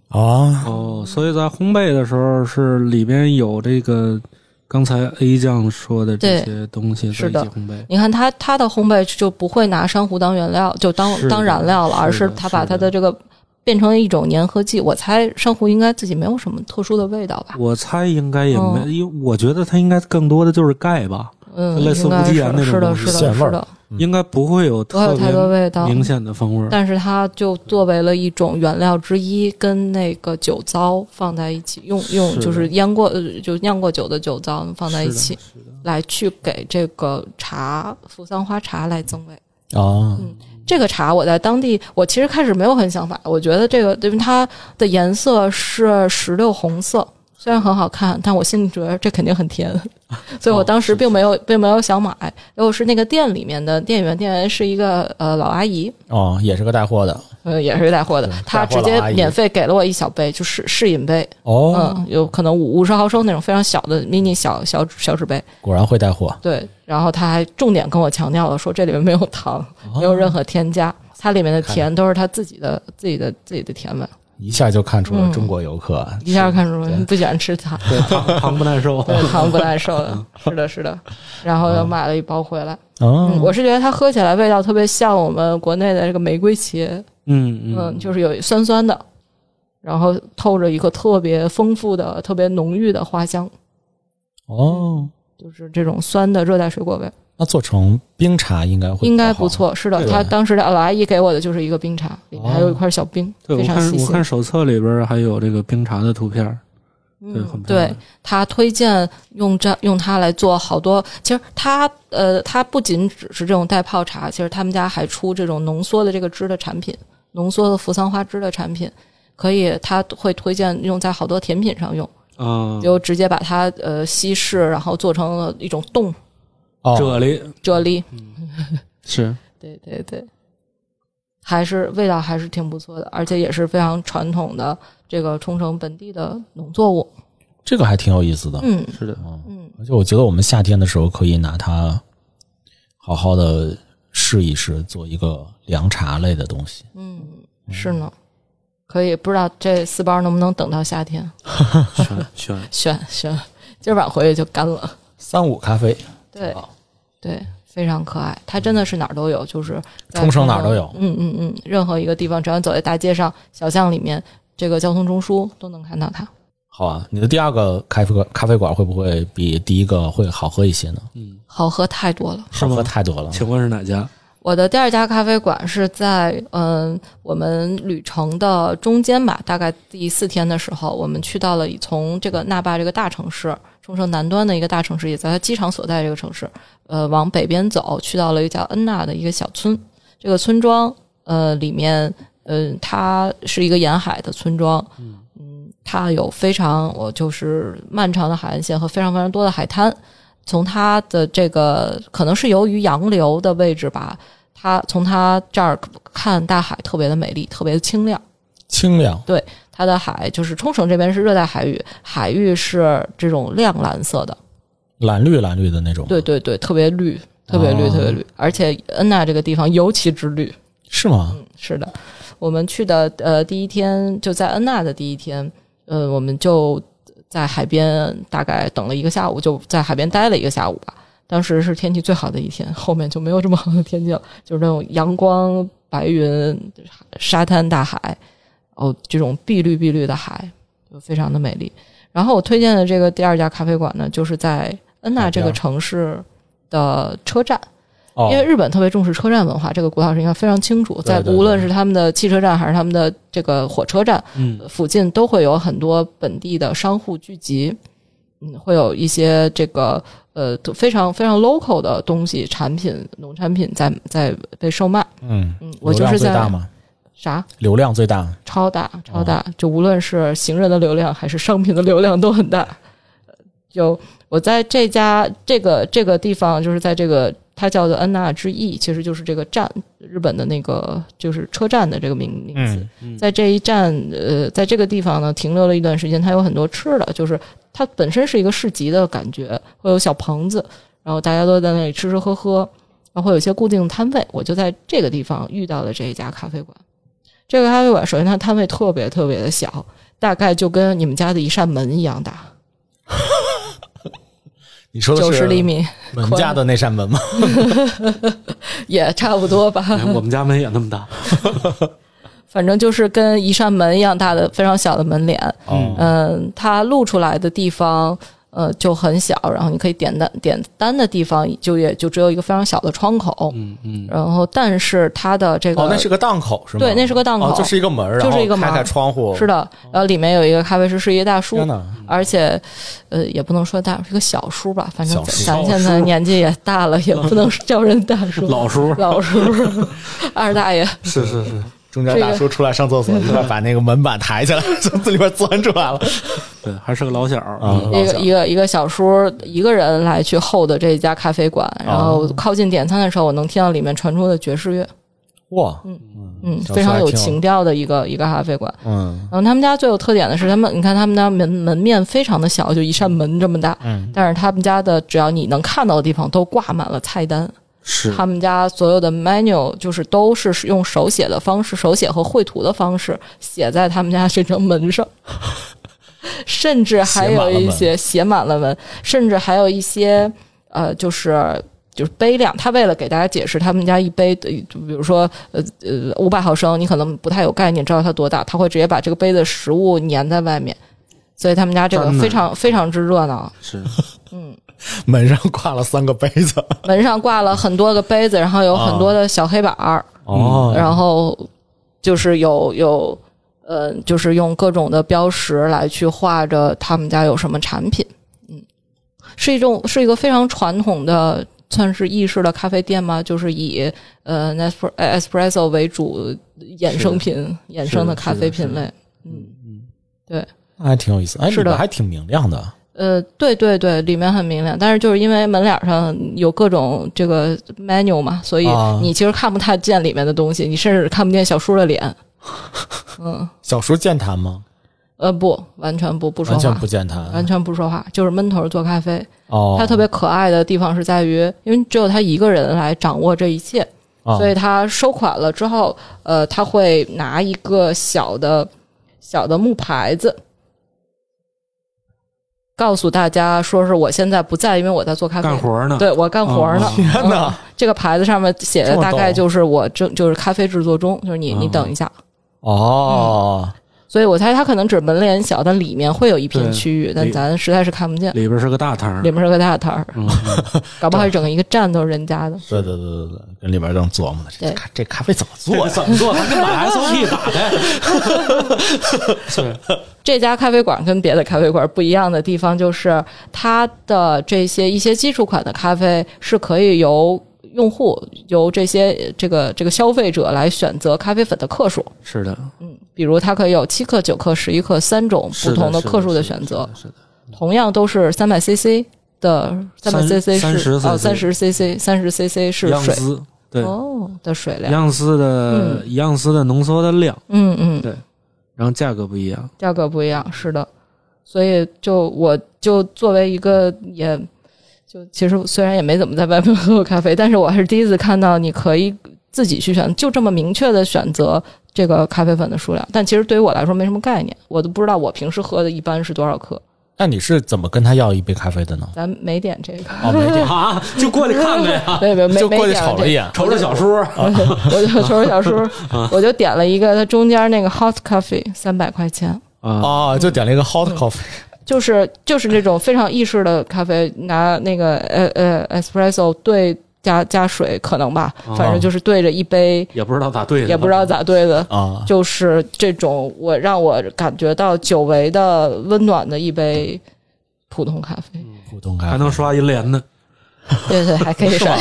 啊，哦，所以在烘焙的时候是里边有这个刚才 A 酱说的这些东西在是一起的烘焙。你看它它的烘焙就不会拿珊瑚当原料，就当是的当燃料了，而是是的它把是的它的这个变成一种粘合剂。我猜珊瑚应该自己没有什么特殊的味道吧？我猜应该也哦没，因为我觉得它应该更多的就是钙吧，嗯，类似应该无机是盐那种是的，东西是的，咸味儿是的，嗯应该不会有不会特有太多别味道。明显的风味儿。但是它就作为了一种原料之一，跟那个酒糟放在一起，用是用的就是腌过呃就酿过酒的酒糟放在一起，是的，来去给这个茶扶桑花茶来增味。啊，这个茶我在当地，我其实开始没有很想买，我觉得这个因为它的颜色是石榴红色，虽然很好看，但我心里觉得这肯定很 甜，哦所以我当时并没有、并没有想买。然后是那个店里面的店员，店员是一个呃老阿姨，哦，也是个带货的呃，也是带货的对，他嗯带货直老接阿姨免费给了我一小杯，就是试饮杯，哦，嗯，有可能五五十毫升那种非常小的 mini 小小小纸杯，果然会带货，对。然后他还重点跟我强调了，说这里面没有糖，哦没有任何添加，它里面的甜都是他自己的自己的自己的甜味，一下就看出了嗯中国游客啊一下看出来对你不喜欢 吃糖，对 糖糖不耐受。啊对糖不耐受的，是的，是的。然后又买了一包回来，嗯嗯，我是觉得它喝起来味道特别像我们国内的这个玫瑰茄，嗯嗯，就是有酸酸的，然后透着一个特别丰富的、特别浓郁的花香，哦，就是这种酸的热带水果味，那做成冰茶应该会应该比较好不。错。是的，对他当时的老阿姨给我的就是一个冰茶，里面还有一块小冰，哦对非我常看细我心看。手册里边还有这个冰茶的图片儿，对，很嗯，漂对亮。他推荐用这用它来做好多，其实他呃，他不仅只是这种带泡茶，其实他们家还出这种浓缩的这个汁的产品，浓缩的扶桑花汁的产品，可以他会推荐用在好多甜品上用。嗯啊，就直接把它呃稀释，然后做成了一种冻哦，这里啫喱。嗯是对对对，还是味道还是挺不错的，而且也是非常传统的这个冲绳本地的农作物。这个还挺有意思的。嗯是的，嗯，嗯，而且我觉得我们夏天的时候可以拿它好好的试一试，做一个凉茶类的东西。嗯，是呢。可以，不知道这四包能不能等到夏天？选选选 选，今儿晚回去就干了。三五咖啡，对好对，非常可爱。它真的是哪儿都有，就是在冲绳哪儿都有嗯嗯嗯，任何一个地方，只要你走在大街上、小巷里面，这个交通中枢都能看到它。好啊。你的第二个咖啡馆咖啡馆会不会比第一个会好喝一些呢？好喝太多了。是好喝吗？太多了。请问是哪家？我的第二家咖啡馆是在嗯我们旅程的中间吧，大概第四天的时候，我们去到了从这个那霸这个大城市，冲绳南端的一个大城市，也在它机场所在这个城市，呃，往北边走，去到了一个叫恩纳的一个小村。这个村庄呃里面，嗯、它是一个沿海的村庄，嗯，它有非常我就是漫长的海岸线和非常非常多的海滩。从它的这个可能是由于洋流的位置吧，它从它这儿看大海特别的美丽，特别的清亮。清凉它的海就是冲绳这边是热带海域，海域是这种亮蓝色的，蓝绿蓝绿的那种，对，对对，特别绿，特别绿，哦特别绿，而且恩纳这个地方尤其之绿。是吗？是的，我们去的呃第一天就在恩纳的第一天，呃，我们就在海边大概等了一个下午，就在海边待了一个下午吧。当时是天气最好的一天，后面就没有这么好的天气了，就是那种阳光、白云、沙滩、大海，哦，这种碧绿碧绿的海，就非常的美丽。然后我推荐的这个第二家咖啡馆呢，就是在恩纳这海个边城市的车站，哦因，为日本特别重视车站文化，这个谷老师应该非常清楚，在对对无论是他们的汽车站还是他们的这个火车站嗯附近，都会有很多本地的商户聚集，嗯，会有一些这个呃都非常非常 local 的东西、产品、农产品在在被售卖。嗯，嗯，我就流量是最大在吗？啥流量最大，超大超大，就无论是行人的流量还是商品的流量都很大。呃 就我在这家这个这个地方，就是在这个它叫做安娜之翼，其实就是这个站，日本的那个就是车站的这个名名字。嗯，嗯在这一站，呃，在这个地方呢停留了一段时间，它有很多吃的，就是它本身是一个市集的感觉，会有小棚子，然后大家都在那里吃吃喝喝，然后会有一些固定的摊位。我就在这个地方遇到了这一家咖啡馆。这个咖啡馆首先它摊位特别特别的小，大概就跟你们家的一扇门一样大，你说九的十是厘米门家的那扇门吗？也差不多吧。哎我们家门也那么大，反正就是跟一扇门一样大的非常小的门脸，哦，嗯，它露出来的地方呃就很小，然后你可以点单点单的地方就也就只有一个非常小的窗口，嗯嗯，然后但是它的这个、哦，那是个档口是吗？对那是个档口哦就是一个门儿，就是然后一个门儿开开窗户，嗯是的，然后里面有一个咖啡师是一个大叔天，哪，而且呃也不能说大是个小叔吧，反正小叔咱 现在年纪也大了，也不能叫人大叔，老叔老 叔二大爷，是是是，中间大叔出来上厕所，突然把那个门板抬起来， 从这里边钻出来了。对，还是个老小儿啊嗯老一个小一个一个小叔一个人来去 hold 的这一家咖啡馆，然后哦靠近点餐的时候，我能听到里面传出的爵士乐，哇，嗯，小非时候还常有挺有情调的一个一个咖啡馆。嗯然后他们家最有特点的是，他们你看他们家门门面非常的小，就一扇门这么大，嗯，但是他们家的只要你能看到的地方都挂满了菜单，是他们家所有的 menu 就是都是用手写的方式，手写和绘图的方式写在他们家这张门上，甚至还有一些写满了文，甚至还有一些呃，就是。就是杯量，他为了给大家解释，他们家一杯，呃就比如说，呃呃，五百毫升，你可能不太有概念，知道它多大，他会直接把这个杯的食物粘在外面，所以他们家这个粘的非常非常之热闹。是，门上挂了三个杯子。门上挂了很多个杯子，然后有很多的小黑板儿，哦然后就是有有呃，就是用各种的标识来去画着他们家有什么产品，嗯，是一种是一个非常传统的，算是意式的咖啡店吗？就是以呃 Nespre- espresso 为主衍生品衍生的咖啡品类，嗯。那还挺有意思，哎，是的里边还挺明亮的。呃，对对对，里面很明亮，但是就是因为门脸上有各种这个 menu 嘛，所以啊你其实看不太见里面的东西，你甚至看不见小叔的脸。嗯，小叔健谈吗？呃，不，完全不不说完全话不，健谈，完全不说话，就是闷头做咖啡。哦，他特别可爱的地方是在于，因为只有他一个人来掌握这一切，哦，所以他收款了之后，呃，他会拿一个小的小的木牌子，告诉大家说是我现在不在，因为我在做咖啡干。活呢，对我干活呢、哦天哪嗯这个牌子上面写的这么大逗概就是我正就是咖啡制作中，就是你你嗯等一下。哦，所以我猜他可能只门脸小，但里面会有一片对区域，但里咱实在是看不见。里边是个大摊儿里，面是个大摊儿，嗯，搞不好整个一个站都是人家的。对对对对对，跟里边正琢磨呢，这对咖这咖啡怎么做我呀？怎么做？咱跟把 SOP 打开，是这家咖啡馆跟别的咖啡馆不一样的地方就是，它的这些一些基础款的咖啡是可以由用户由这些这个这个消费者来选择咖啡粉的克数， 是的，比如它可以有七克、九克、十一克三种是不同的克数的的选择，，是的，同样都是三百 CC 的，三百 CC 30是 cc 哦三十 CC 三十 CC 是是的样水斯对，哦嗯的水量，样斯的样斯的浓缩的量，嗯嗯，然后价格不一样，价格不一样，是的，所以就我就作为一个也就其实虽然也没怎么在外面喝过咖啡，但是我还是第一次看到你可以自己去选，就这么明确的选择这个咖啡粉的数量。但其实对于我来说没什么概念，我都不知道我平时喝的一般是多少克。那你是怎么跟他要一杯咖啡的呢？咱没点这 个，哦，没点，啊，就过去看呗，没有没有没就没过去点瞅了一这个。眼。瞅瞅小说，我就瞅瞅小叔，我就点了一个它中间那个 hot coffee，三百块钱，啊，哦，就点了一个 hot coffee，就是就是那种非常意式的咖啡，拿那个呃呃 espresso 兑加加水，可能吧，反正就是兑着一杯，也不知道咋对的，也不知道咋兑的，啊，就是这种我让我感觉到久违的温暖的一杯普通咖啡。普通咖啡还能刷一连呢，对对，还可以啥？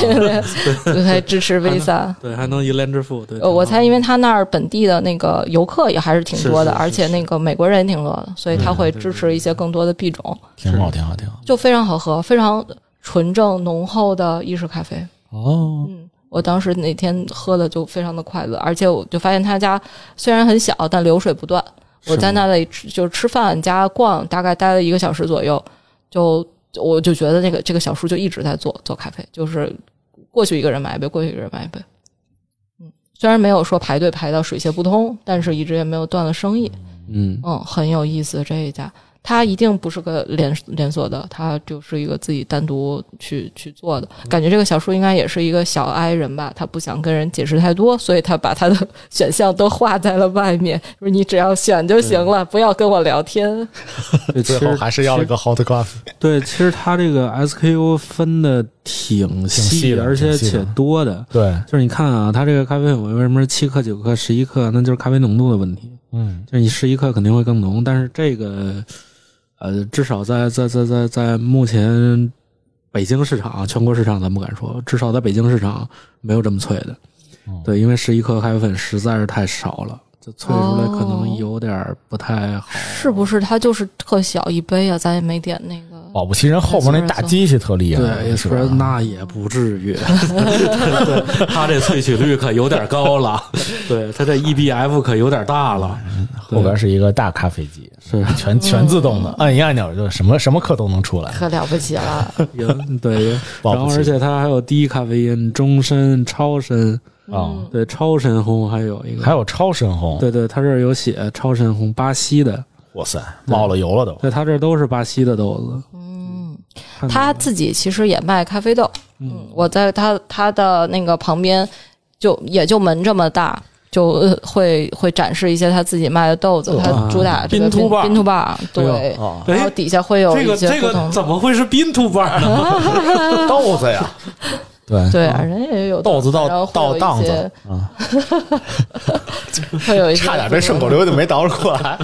对，还支持 Visa。对，还能一连支付，对，呃，嗯我猜，因为他那儿本地的那个游客也还是挺多的，是是是而且那个美国人也挺多的，所以他会支持一些更多的币种，挺好，挺好，挺好。就非常好喝，非常纯正浓厚的意式咖啡。哦，嗯，我当时那天喝的就非常的快乐，而且我就发现他家虽然很小，但流水不断。我在那里吃就是吃饭加逛，大概待了一个小时左右，就我就觉得那个这个小叔就一直在做做咖啡，就是过去一个人买一杯，过去一个人买一杯。嗯，虽然没有说排队排到水泄不通，但是一直也没有断了生意。嗯，嗯，很有意思这一家，它一定不是个连连锁的，它就是一个自己单独去去做的。感觉这个小叔应该也是一个小 I 人吧，他不想跟人解释太多，所以他把他的 选项都画在了外面，说你只要选就行了，不要跟我聊天。对，其最实后还是要了个 hot coffee。对，其实它这个 SKU 分的挺细的而且挺细的且多的。对，就是你看啊，它这个咖啡粉为什么是七克、九克、十一克？那就是咖啡浓度的问题。嗯，就是你十一克肯定会更浓，但是这个，呃，至少在在在在在目前北京市场、啊全国市场咱不敢说，至少在北京市场没有这么脆的。哦对，因为十一克咖啡粉实在是太少了，就萃出来可哦能有点儿不太好。是不是他就是特小一杯啊？咱也没点那个。保不齐人后边那大机器特厉害，对，也是是吧那也不至于。啊 他这萃取率可有点高了， 对他这 E EBF 可有点大 了，后边是一个大咖啡机，是全全自动的，按一按钮就什么什么课都能出来。可了不起 了，也对，也保然不后齐而且它还有低咖啡因、中深、超深，哦对，超深烘还有一个，还有超深烘，对对，它这儿有写超深烘，巴西的，哇塞，冒了油了都。对，它这儿都是巴西的豆子。嗯，看到他了自己其实也卖咖啡豆，嗯，我在他他的那个旁边就也就门这么大，就呃会会展示一些他自己卖的豆子，他主打这个宾宾图吧宾图吧，哦啊哎对呦， 啊然后底下会有这个一些这不同个的，怎么会是宾图班呢？豆子呀，对，对，人家也有豆子到然后会有到一档些子，啊 会有一些差点被顺口溜就没倒过来。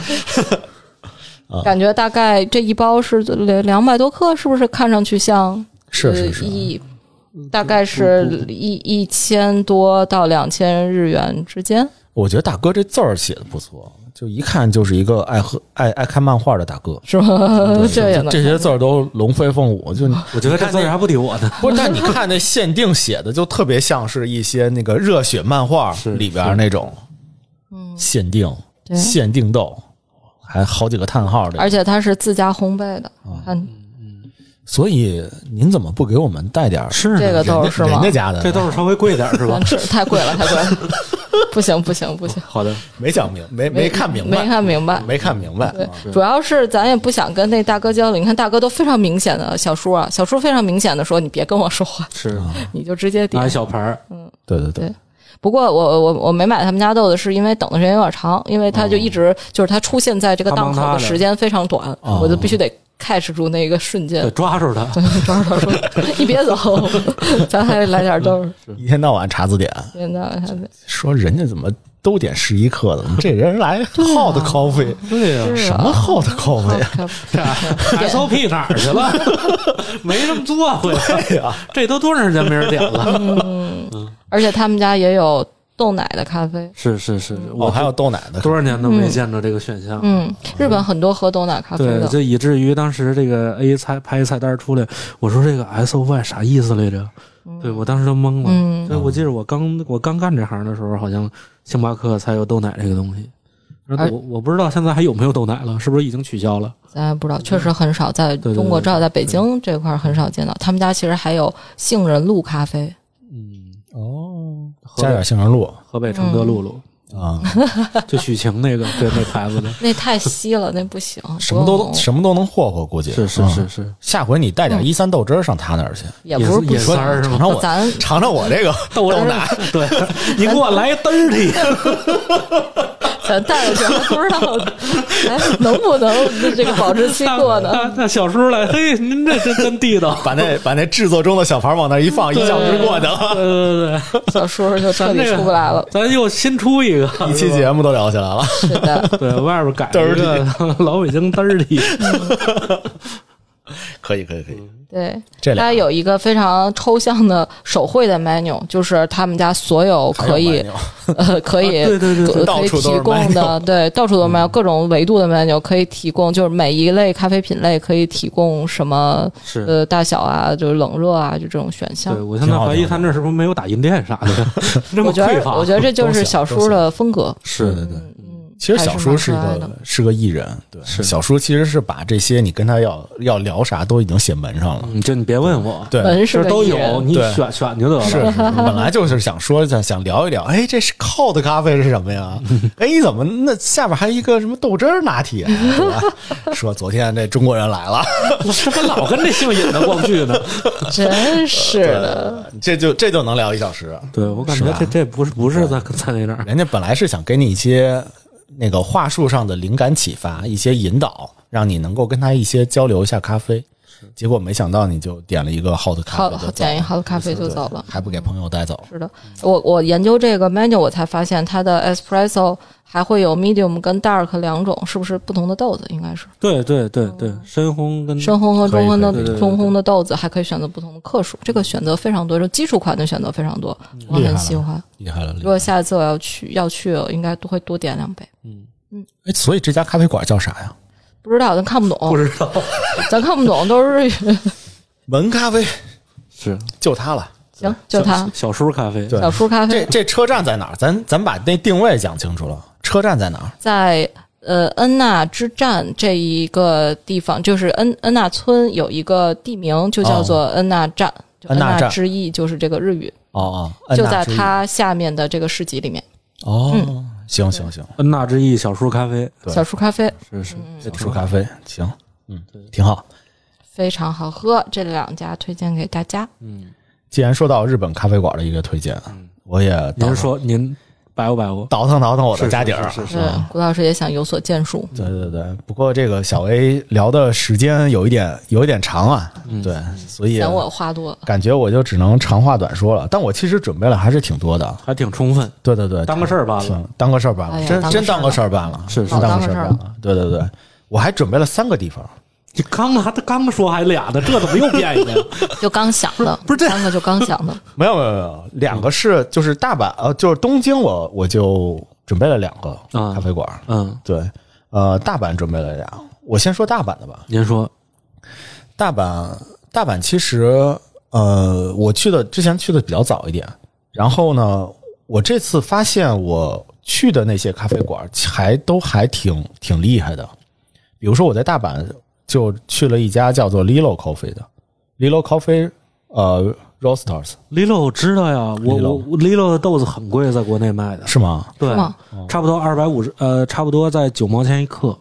啊感觉大概这一包是两两百多克，是不是看上去像是是是呃，一大概是一一千多到两千日元之间。我觉得大哥这字儿写的不错，就一看就是一个爱喝爱爱看漫画的大哥。是吧？哦 这也能这些字儿都龙飞凤舞，就我觉得这字儿还不抵我呢。 不是，但你看那限定写的，就特别像是一些那个热血漫画里边那种，嗯，限定对限定豆，还好几个叹号的。而且它是自家烘焙的，啊看所以您怎么不给我们带点儿是呢这个豆人儿家是人吗家？家的，这豆儿稍微贵点儿是吧咱？吃 太贵了，太贵 了，不行不行不行，好的，没讲明，没没看明没白，看明白。没看明白。对，主要是咱也不想跟那大哥交流。你看大哥都非常明显的小叔啊，小叔非常明显的说：“你别跟我说话，是啊你就直接点。拿一”小盘儿，对对对对，不过我我我没买他们家豆子，是因为等的时间有点长，因为他就一直、就是他出现在这个档口他忙的他的时间非常短，哦我就必须得 catch 住那个瞬间 得。抓住它。抓住他说：“你别走，咱还来点豆儿。一天到晚查字典，”真的，他说人家怎么都点十一克的，你这人来 hot coffee，对呀是什啊么 hot coffee？好可 ，SOP 哪儿去 了？没这么做过呀，啊这都多长时间没人点了？嗯而且他们家也有豆奶的咖啡。是是是，我我哦还有豆奶的，多少年都没见着这个选项。嗯，日本很多喝豆奶咖啡对，的，就以至于当时这个 A 菜拍一菜单出来，我说这个 S O Y 啥意思来着？对我当时都懵了。嗯所以我记得我刚我刚干这行的时候，好像星巴克才有豆奶这个东西。然后哎我我不知道现在还有没有豆奶了，是不是已经取消了？咱也不知道，确实很少在对对中国，对至少在北京这块儿很少见到。他们家其实还有杏仁露咖啡，嗯，哦，河加点北杏仁露河北承德露露，啊，嗯就许晴那个对那 牌子的，嗯那太稀了，那不行。什么都不用哦能什么都能霍霍，估计是是嗯是是，下回你带点嗯一三豆汁儿上他那儿去，也不是不也行三儿是吗尝尝我 咱尝尝我这个，豆奶， 对你给我来 dirty，咱带过去还不知道， 哎，能不能这个保质期过呢？啊那那小叔来，嘿，您这真真地道把那把那制作中的小盘往那儿一 放，一小时过去了，对对对， 小叔叔就彻咱底这个出不来了。咱又新出一个， 一期节目都聊起来了。 是的，对外边改一个老北京 dirty，可以可以可以，嗯对，这他俩有一个非常抽象的手绘的 menu，就是他们家所有可以 呃可以、啊对对对对可到可以处都提是供的 menu 嗯对到处都没有各种维度的 menu 可以提供，就是每一类咖啡品类可以提供什么是。呃大小啊，就是冷热啊，就这种选项对，。我现在怀疑他那是不是没有打印店啥的，那么我觉匮得乏。我觉得这就都是行小都叔行的风格。是对对。嗯嗯，其实还小是叔蛮是一可爱个的是个艺人，对，是小叔其实是把这些你跟他要要聊啥都已经写门上了，你嗯就你别问我，对，文是这个都艺有，人你对选选就得了。 是，是是本来就是想说想想聊一聊，哎，这是靠的咖啡是什么 呀？哎，怎么那下边还一个什么豆汁儿拿铁？对吧 说昨天这中国人来了， 我这不老跟这姓尹的过不去呢？真是的。 对这就这就能聊一小时。对，我感是觉吧这这不是不是在在那哪儿，人家本来是想给你一些那个话术上的灵感启发，一些引导，让你能够跟他一些交流一下咖啡。结果没想到你就点了一个 hot 咖啡就好走好了，点一好咖啡就对走了。还不给朋友带走。是的，我我研究这个 menu，我才发现它的 espresso 还会有 medium 跟 dark 两种，是不是不同的豆子？应该是对对对对，深烘跟哦深烘和中烘嗯可以可以对对的对中烘的豆子，还可以选择不同的克数，这个选择非常多，就基础款的选择非常多，嗯我厉害很了喜欢。厉害了，厉害如了果下一次我要去要去，我应该都会多点两杯。哎，所以这家咖啡馆叫啥呀？不知道，咱看不懂，不知道 咱看不懂，都是日 语。门咖啡是就它了。行，就它小，小叔咖啡，对小叔咖 这啡这车站在哪儿？咱咱把那定位讲清楚了。车站在哪儿？在呃恩纳之站这一个地方，就是恩恩纳村有一个地名，就叫做恩纳站。就恩纳站之意就是这个日语，哦哦，就恩纳在之翼它下面的这个市集里面。哦。行行行，恩纳呃之意小叔咖啡对小叔咖啡是是，这嗯小挺叔好咖啡行，嗯，挺好。非常好喝，这两家推荐给大家。嗯，既然说到日本咖啡馆的一个推荐，啊我也倒您说您白不白活？倒腾倒腾我是的家底儿。啊是是是对，谷呃老师也想有所建树。对对对，不过这个小 A 聊的时间有一点有一点长啊，嗯对，所以嫌我话多了， 感觉我就只能长话短说了。但我其实准备了还是挺多的，还挺充分，对对对，当个事儿办了。挺当个事儿办哎了，呀真当个真事儿当个事儿办了，是是真当个事儿老当个事儿办了，对对对，我还准备了三个地方，你刚还刚说还俩呢，这怎么又变一个呀？就刚想的，不是这三个就刚想的，没有没有没有，两个是就是大阪呃就是东京我我就准备了两个啊咖啡馆， 嗯，对，呃，大阪准备了俩，我先说大阪的吧。您说大阪，大阪其实，呃，我去的之前去的比较早一点，然后呢，我这次发现我去的那些咖啡馆还都还挺挺厉害的，比如说我在大阪就去了一家叫做 Lilo Coffee 的，Lilo Coffee，呃，Roasters Lilo 我知道呀，我我我 Lilo 的豆子很贵，在国内卖的，是吗？对是吗，差不多二百五十，呃，差不多在九毛钱一克，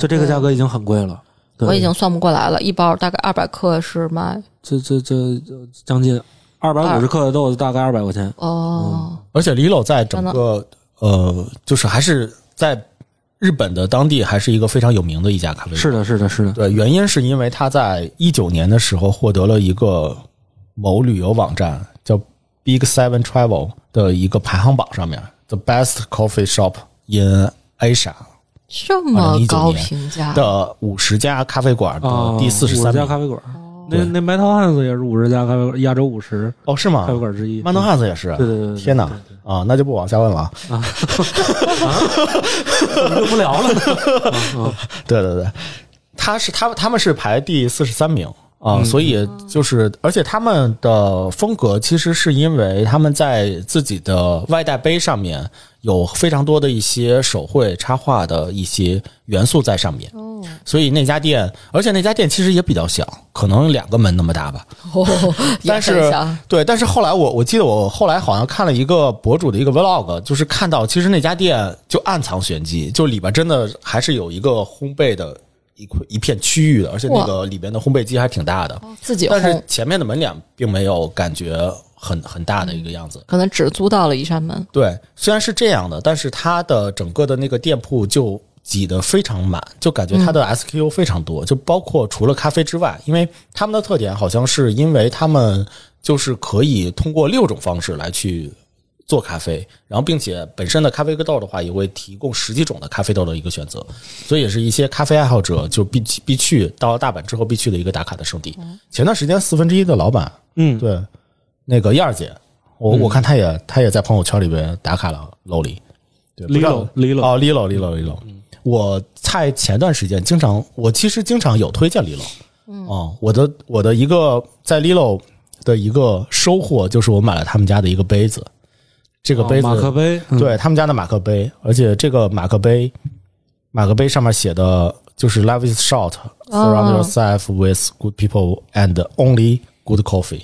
就这个价格已经很贵了。对我已经算不过来了。一包大概二百克是卖这这这这将近二百五十克的豆子，大概二百块钱。哦，而且 Lilo 在整个呃，就是还是在日本的当地还是一个非常有名的一家咖啡馆。是的，是的，是的。对，原因是因为他在一九年的时候获得了一个某旅游网站叫 Big Seven Travel 的一个排行榜上面，The Best Coffee Shop in Asia 这么2019高年评价，的五十家咖啡馆啊的，第四十50三家名。咖啡馆，哦那那麦套汉子也是五十家咖啡馆，亚洲五十哦，是咖吗啡？馆之一。曼顿汉斯也是。对对对对天哪！啊，那就不往下问了啊。我们就不聊 了。对对对，他是他他们是排第四十三名啊、所以就是，而且他们的风格其实是因为他们在自己的外带杯上面有非常多的一些手绘插画的一些元素在上面，哦，所以那家店，而且那家店其实也比较小，可能两个门那么大吧。 哦也但很是像对，但是后来我我记得我后来好像看了一个博主的一个 vlog，就是看到其实那家店就暗藏玄机，就里边真的还是有一个烘焙的一块一片区域的，而且那个里边的烘焙机还挺大的，自己但是烘，前面的门脸并没有感觉很很大的一个样子。可能只租到了一扇门。对，虽然是这样的，但是它的整个的那个店铺就挤得非常满，就感觉它的 SKU 非常多，就包括除了咖啡之外，因为他们的特点好像是因为他们就是可以通过六种方式来去。做咖啡，然后并且本身的咖啡豆的话，也会提供十几种的咖啡豆的一个选择，所以也是一些咖啡爱好者就必必去到大阪之后必去的一个打卡的圣地。前段时间四分之一的老板嗯，对，那个燕儿姐，嗯我、我看她也她也在朋友圈里边打卡了 Loli，对 Lilo，Lilo 哦 Lilo Lilo Lilo，我嗯在前段时间经常我其实经常有推荐 Lilo，嗯，哦，我的我的一个在 Lilo 的一个收获就是我买了他们家的一个杯子，这个杯子、马克杯，嗯，对他们家的马克杯，而且这个马克杯，马克杯上面写的就是 “Life is short, surround 哦 yourself with good people and only good coffee”，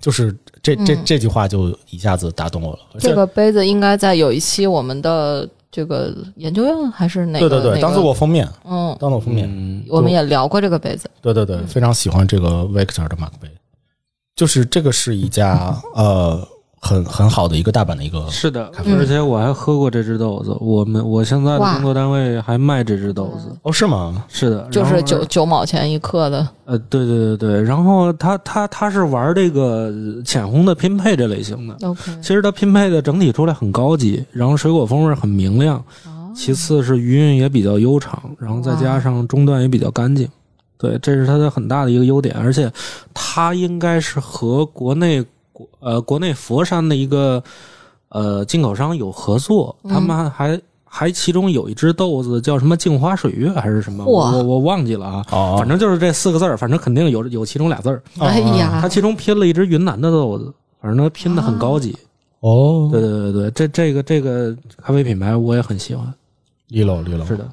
就是这这这句话就一下子打动我了。而且嗯这个杯子应该在有一期我们的这个研究院还是哪对个？对哪对，个当做我封面，嗯，当做封面，我们也聊过这个杯子。对对对，非常喜欢这个 Victor 的马克杯，就是这个是一 家呃很很好的一个大阪的一个是的咖啡，而且我还喝过这只豆子，我们我现在的哇工作单位还卖这只豆子，哦是吗？是的，就然是后九九毛钱一克的，呃，对对对对，然后他他他是玩这个呃浅烘的拼配这类型的， OK，其实它拼配的整体出来很高级，然后水果风味很明亮，哦其次是余韵也比较悠长，然后再加上中段也比较干净，对，这是它的很大的一个优点，而且它应该是和国内国呃国内佛山的一个呃进口商有合作，他们还。还其中有一只豆子叫什么“镜花水月”还是什么，嚯我我忘记了啊，哦，反正就是这四个字儿，反正肯定有有其中俩字儿。哦哎它呀，其中拼了一只云南的豆子，反正它拼的很高级，哦对对对对，这这个这个咖啡品牌我也很喜欢。 ，Lilo Lilo 是的，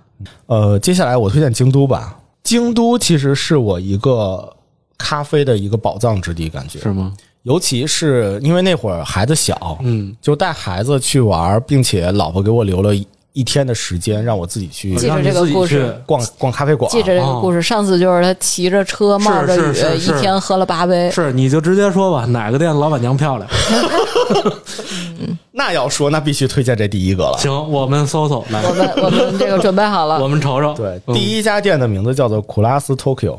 呃，接下来我推荐京都吧。京都其实是我一个咖啡的一个宝藏之地，感觉，是吗？尤其是因为那会儿孩子小，嗯，就带孩子去玩儿，并且老婆给我留了一一天的时间，让我自己去记着让这你个自己故去事逛逛咖啡馆。记着这个故事，上次就是他骑着车冒着是是雨，是一是天喝了八杯，是，你就直接说吧，哪个店老板娘漂亮？那要说，那必须推荐这第一个了。行，我们搜搜来我，们我们这个准备好我了，们瞅瞅。对，嗯第一家店的名字叫做库拉斯 Tokyo，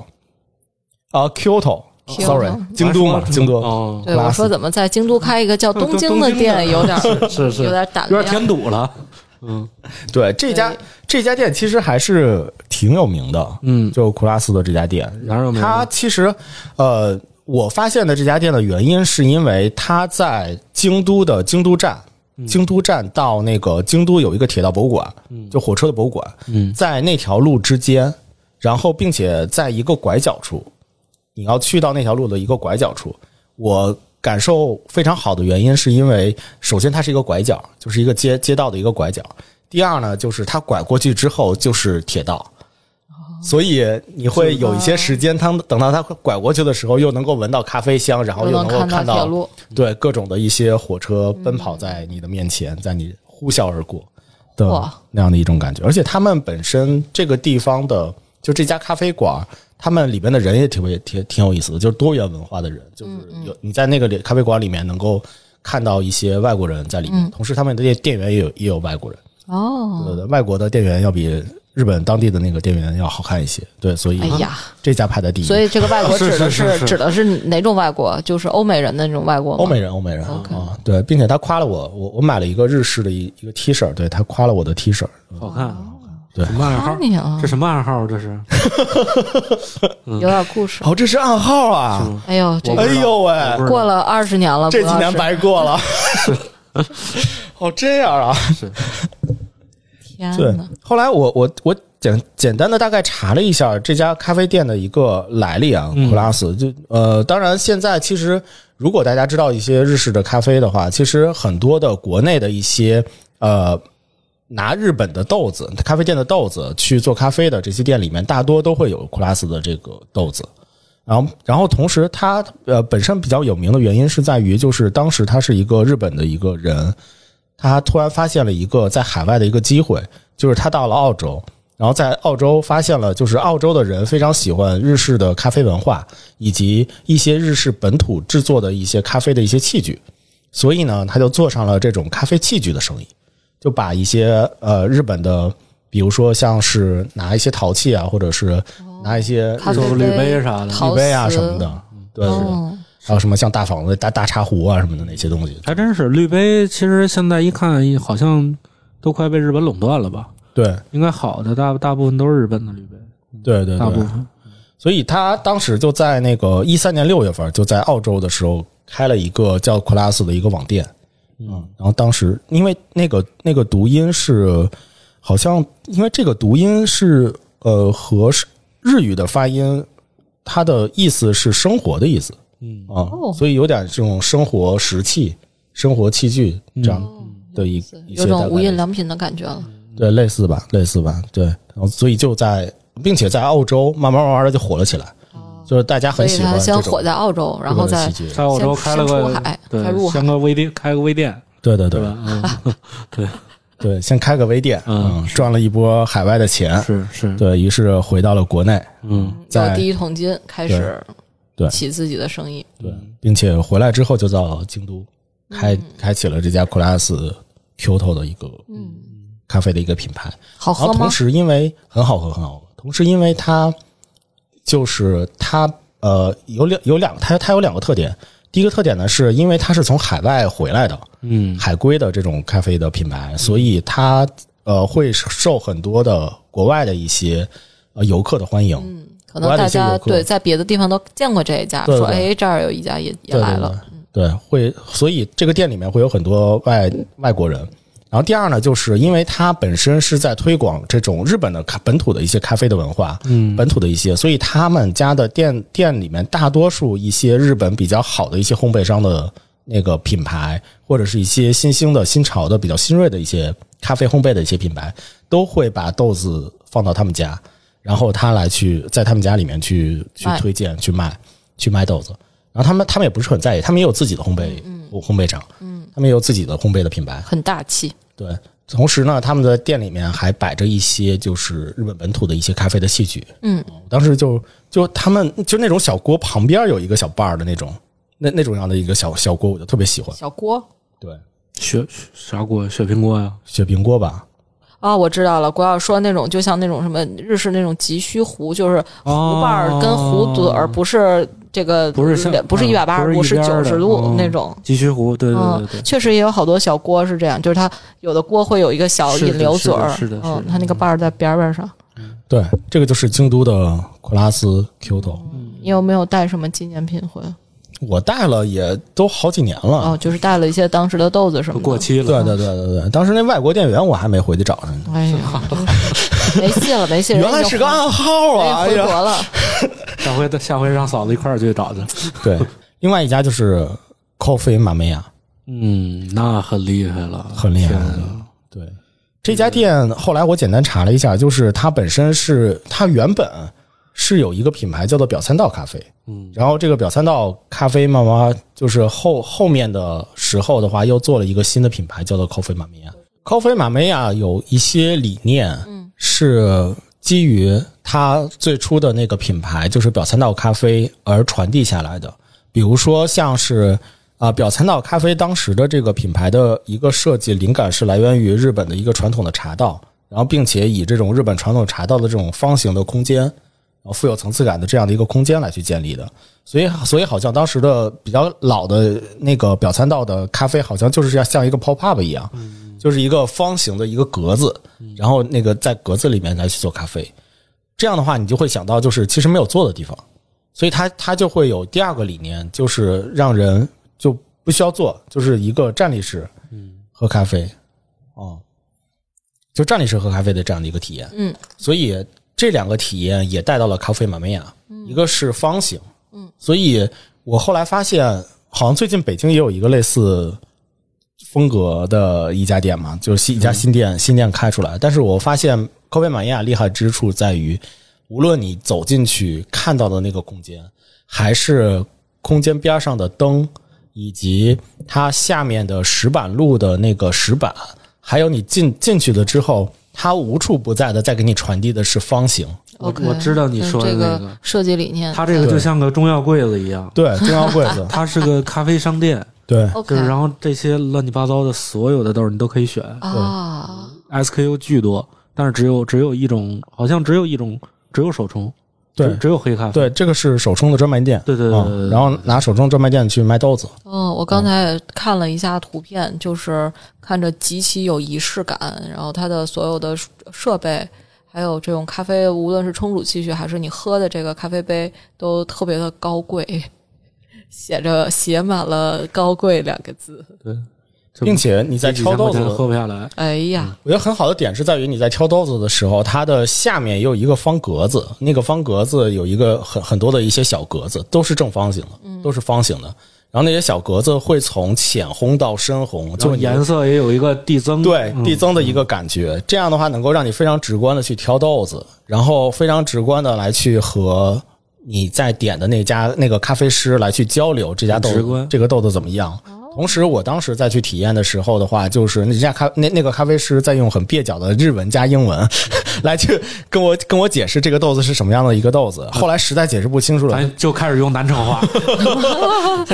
啊，Kyoto，sorry，京都嘛，京都。哦，对我说怎么在京都开一个叫东京的东店，京的有点是是，有点胆有点量添堵了。对，这家对这家店其实还是挺有名的，嗯，就库拉斯的这家店。哪嗯儿有没有？它其实，呃，我发现的这家店的原因是因为它在京都的京都站，京都站到那个京都有一个铁道博物馆，就火车的博物馆，嗯在那条路之间，然后并且在一个拐角处，你要去到那条路的一个拐角处，我。感受非常好的原因，是因为首先它是一个拐角，就是一个街街道的一个拐角。第二呢，就是它拐过去之后就是铁道，所以你会有一些时间，它等到它拐过去的时候，又能够闻到咖啡香，然后又能能够看看铁到路，对各种的一些火车奔跑在你的面前，在你呼啸而过的嗯哇那样的一种感觉。而且他们本身这个地方的，就这家咖啡馆，他们里边的人也挺为挺挺有意思的，就是多元文化的嗯人，就是有你在那个里咖啡馆里面能够看到一些外国人在里嗯面，同时他们的店店员也有也有外国人，哦，对对，外国的店员要比。日本当地的那个店员要好看一些，对，所以哎呀，这家排在第一，所以这个外国啊是指是的是是指的是哪种外国？就是欧美人的那种外国吗？欧美人，欧美人啊、对，并且他夸了我，我我买了一个日式的一一个 T 恤，对他夸了我的 T 恤，好看，啊对什么暗看号？你啊这，什么暗号？这是有点故事。哦，这是暗号啊！哎呦，这我哎呦喂，不是过了二十年了，这不几知道年是白过了， 哦，这样啊，对天哪，。后来我我我简简单的大概查了一下这家咖啡店的一个来历啊，库拉斯就呃，当然现在其实如果大家知道一些日式的咖啡的话，其实很多的国内的一些呃，拿日本的豆子，咖啡店的豆子去做咖啡的这些店里面，大多都会有库拉斯的这个豆子。然后，然后同时它呃本身比较有名的原因是在于，就是当时他是一个日本的一个人，他突然发现了一个在海外的一个机会，就是他到了澳洲，然后在澳洲发现了就是澳洲的人非常喜欢日式的咖啡文化，以及一些日式本土制作的一些咖啡的一些器具，所以呢，他就做上了这种咖啡器具的生意，就把一些呃日本的，比如说像是拿一些陶器啊，或者是拿一些哦咖日啡做个滤杯啥的，陶滤杯啊瓷什么的，对，哦还有什么像大房子、大大茶壶啊什么的那些东西，还真是滤杯。其实现在一看，好像都快被日本垄断了吧？对应该好的大大部分都是日本的滤杯，对对大部对，分。所以他当时就在那个一三年六月份就在澳洲的时候开了一个叫 Class 的一个网店，嗯，然后当时因为那个那个读音是好像因为这个读音是呃和是日语的发音，它的意思是生活的意思，嗯啊、哦所以有点这种生活石器、生活器具嗯这样的一、一些有大种概无的印良品的感觉了。对，类似吧，类似吧，对，然后所以就在，并且在澳洲慢慢慢慢的就火了起来，就是大家所很以喜欢他这先种火在澳洲，然日后本的再戏剧在澳洲开了先出个海对再入，海先个微店，开个微店，对对对对吧？嗯，对，先开个微店，嗯嗯，赚了一波海外的钱，是是，哎对于是回到了国内，嗯，在有第一桶金开始对起自己的生意，对，并且回来之后就到京都开开启了这家 Class Kyoto 的一个嗯，咖啡的一个品牌，好然哦喝后吗啊同？时因为很好喝，很好喝。同时因为它就是它呃有两有两它它有两个特点。第一个特点呢，是因为它是从海外回来的，嗯，海归的这种咖啡的品嗯牌，所以它呃会受很多的国外的一些呃游客的欢迎。嗯，可国能外的大一些家游客对在别的地方都见过这一家，对说对哎这儿有一家也也对来对了，对对，会，所以这个店里面会有很多外外国人。然后第二呢，就是因为它本身是在推广这种日本的咖本土的一些咖啡的文化，嗯本土的一些，所以他们家的店店里面大多数一些日本比较好的一些烘焙商的那个品牌，或者是一些新兴的、新潮的、比较新锐的一些咖啡烘焙的一些品牌，都会把豆子放到他们家，然后他来去在他们家里面去去卖推荐、去卖、去卖豆子。然后他们他们也不是很在意，他们也有自己的烘焙、烘焙厂，嗯，他们也有自己的烘焙的品牌，很大气。对，同时呢，他们的店里面还摆着一些就是日本本土的一些咖啡的器具。嗯，当时就就他们就那种小锅旁边有一个小把儿的那种，那那种样的一个小小锅，我就特别喜欢。小锅对，雪啥锅？雪平锅呀？雪平锅吧，啊，我知道了，国要说那种就像那种什么日式那种急需壶，就是哦壶把儿跟壶嘴儿不是这个呃不是像不是嗯一百八十不度，是是一边九儿的十度嗯那种。急需壶，对对对嗯对，对，确实也有好多小锅是这样，就是它有的锅会有一个小是的引流嘴儿，是的是的嗯是，的它那个把儿在边儿边儿上。对，这个就是京都的库拉斯 Kyoto，你有没有带什么纪念品回来？啊我带了也都好几年了。哦，就是带了一些当时的豆子什都么的。过期了。对对对对对，当时那外国店员我还没回去找他呢，哎呀，真是没戏了，没戏了。原来是个暗号人啊！家哎回呀，国了，下回下回让嫂子一块儿去找去。对，另外一家就是咖啡玛梅亚，嗯，那很厉害了，很厉害天的哪对，这家店后来我简单查了一下，就是它本身是它原本是有一个品牌叫做表参道咖啡，嗯，然后这个表参道咖啡慢慢就是后后面的时候的话，又做了一个新的品牌叫做 Coffee 玛梅亚。Coffee 玛梅亚有一些理念，嗯，是基于它最初的那个品牌就是表参道咖啡而传递下来的，比如说像是。啊，表参道咖啡当时的这个品牌的一个设计灵感是来源于日本的一个传统的茶道，然后并且以这种日本传统茶道的这种方形的空间，然后富有层次感的这样的一个空间来去建立的。所以，所以好像当时的比较老的那个表参道的咖啡，好像就是像像一个 pop up 一样，就是一个方形的一个格子，然后那个在格子里面来去做咖啡。这样的话，你就会想到，就是其实没有做的地方，所以它它就会有第二个理念，就是让人就不需要做，就是一个站立式，喝咖啡，哦，就站立式喝咖啡的这样的一个体验。嗯，所以这两个体验也带到了咖啡玛梅亚，一个是方形，嗯，所以我后来发现，好像最近北京也有一个类似。风格的一家店嘛，就是新一家新店、新店开出来。但是我发现科菲玛尼亚厉害之处在于，无论你走进去看到的那个空间，还是空间边上的灯，以及它下面的石板路的那个石板，还有你进进去了之后，它无处不在的在给你传递的是方形。我 OK，我知道你说的这那个个设计理念，它这个就像个中药柜子一样，，对，中央柜子 它是个咖啡商店，对 OK 就是然后这些乱七八糟的所有的豆儿你都可以选啊，嗯，SKU 巨多，但是只有只有一种，好像只有一种，只有手冲，只对只有黑咖啡，对，这个是手冲的专卖店，对对对对对嗯，然后拿手冲专卖店去卖豆子，嗯，我刚才也看了一下图片，就是看着极其有仪式感，然后它的所有的设备，还有这种咖啡，无论是冲煮器具还是你喝的这个咖啡杯，都特别的高贵， 写着写满了“高贵”两个字。对并且你在几挑千豆块子钱的喝不下来，哎呀，我觉得很好的点是在于你在挑豆子的时候，它的下面有一个方格子，那个方格子有一个很很多的一些小格子，都是正方形的，都是方形的。然后那些小格子会从浅红到深红，就就你颜色也有一个递增，对嗯递增的一个感觉。这样的话，能够让你非常直观的去挑豆子，然后非常直观的来去和你在点的那家那个咖啡师来去交流这家豆很直观这个豆子怎么样。哦同时，我当时再去体验的时候的话，就是那家咖那那个咖啡师在用很蹩脚的日文加英文 来去跟我跟我解释这个豆子是什么样的一个豆嗯子。后来实在解释不清楚了，！咱就开始用南城 话，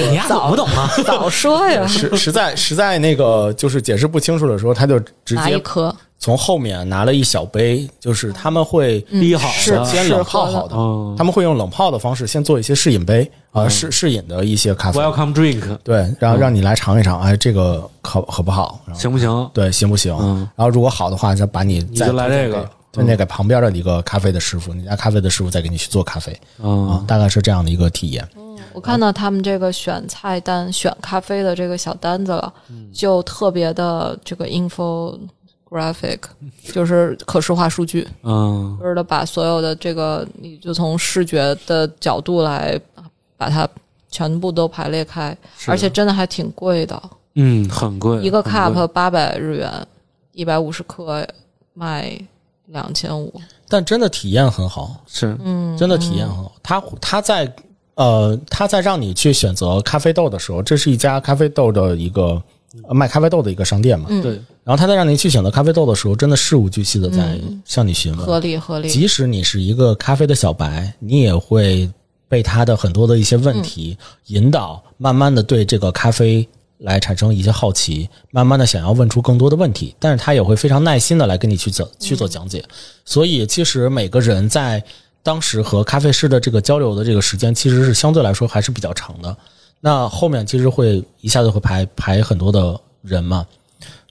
你丫懂不懂啊？嗯早说 呀实实在实在那个就是解释不清楚的时候，他就直拿接一颗，从后面拿了一小杯，就是他们会嗯滴好是的，先冷泡好的，嗯他们会用冷泡的方式先做一些试饮杯啊，试试饮的一些咖啡， ，Welcome drink，对，然嗯后让你来尝一尝，哎，这个可可不好，然后行不行？对，行不行？嗯然后如果好的话，就把你你再就来这个推荐嗯给推荐给旁边的一个咖啡的师傅，你家咖啡的师傅再给你去做咖啡啊、啊，大概是这样的一个体验。我看到他们这个选菜单、选咖啡的这个小单子了，嗯就特别的这个 infographic，就是可视化数据。嗯，就是把所有的这个，你就从视觉的角度来把它全部都排列开，是的而且真的还挺贵的，嗯，很贵，一个很贵 cup 八百日元，一百五十克卖两千五，但真的体验很好，是嗯，真的体验很好。他他在呃他在让你去选择咖啡豆的时候，这是一家咖啡豆的一个呃卖咖啡豆的一个商店嘛，嗯对，然后他在让你去选择咖啡豆的时候，真的事无巨细的在嗯向你询问。合理合理，即使你是一个咖啡的小白，你也会被他的很多的一些问题嗯引导，慢慢的对这个咖啡来产生一些好奇，慢慢的想要问出更多的问题。但是他也会非常耐心的来跟你去嗯做去做讲解。所以，其实每个人在当时和咖啡师的这个交流的这个时间，其实是相对来说还是比较长的。那后面其实会一下子会排排很多的人嘛，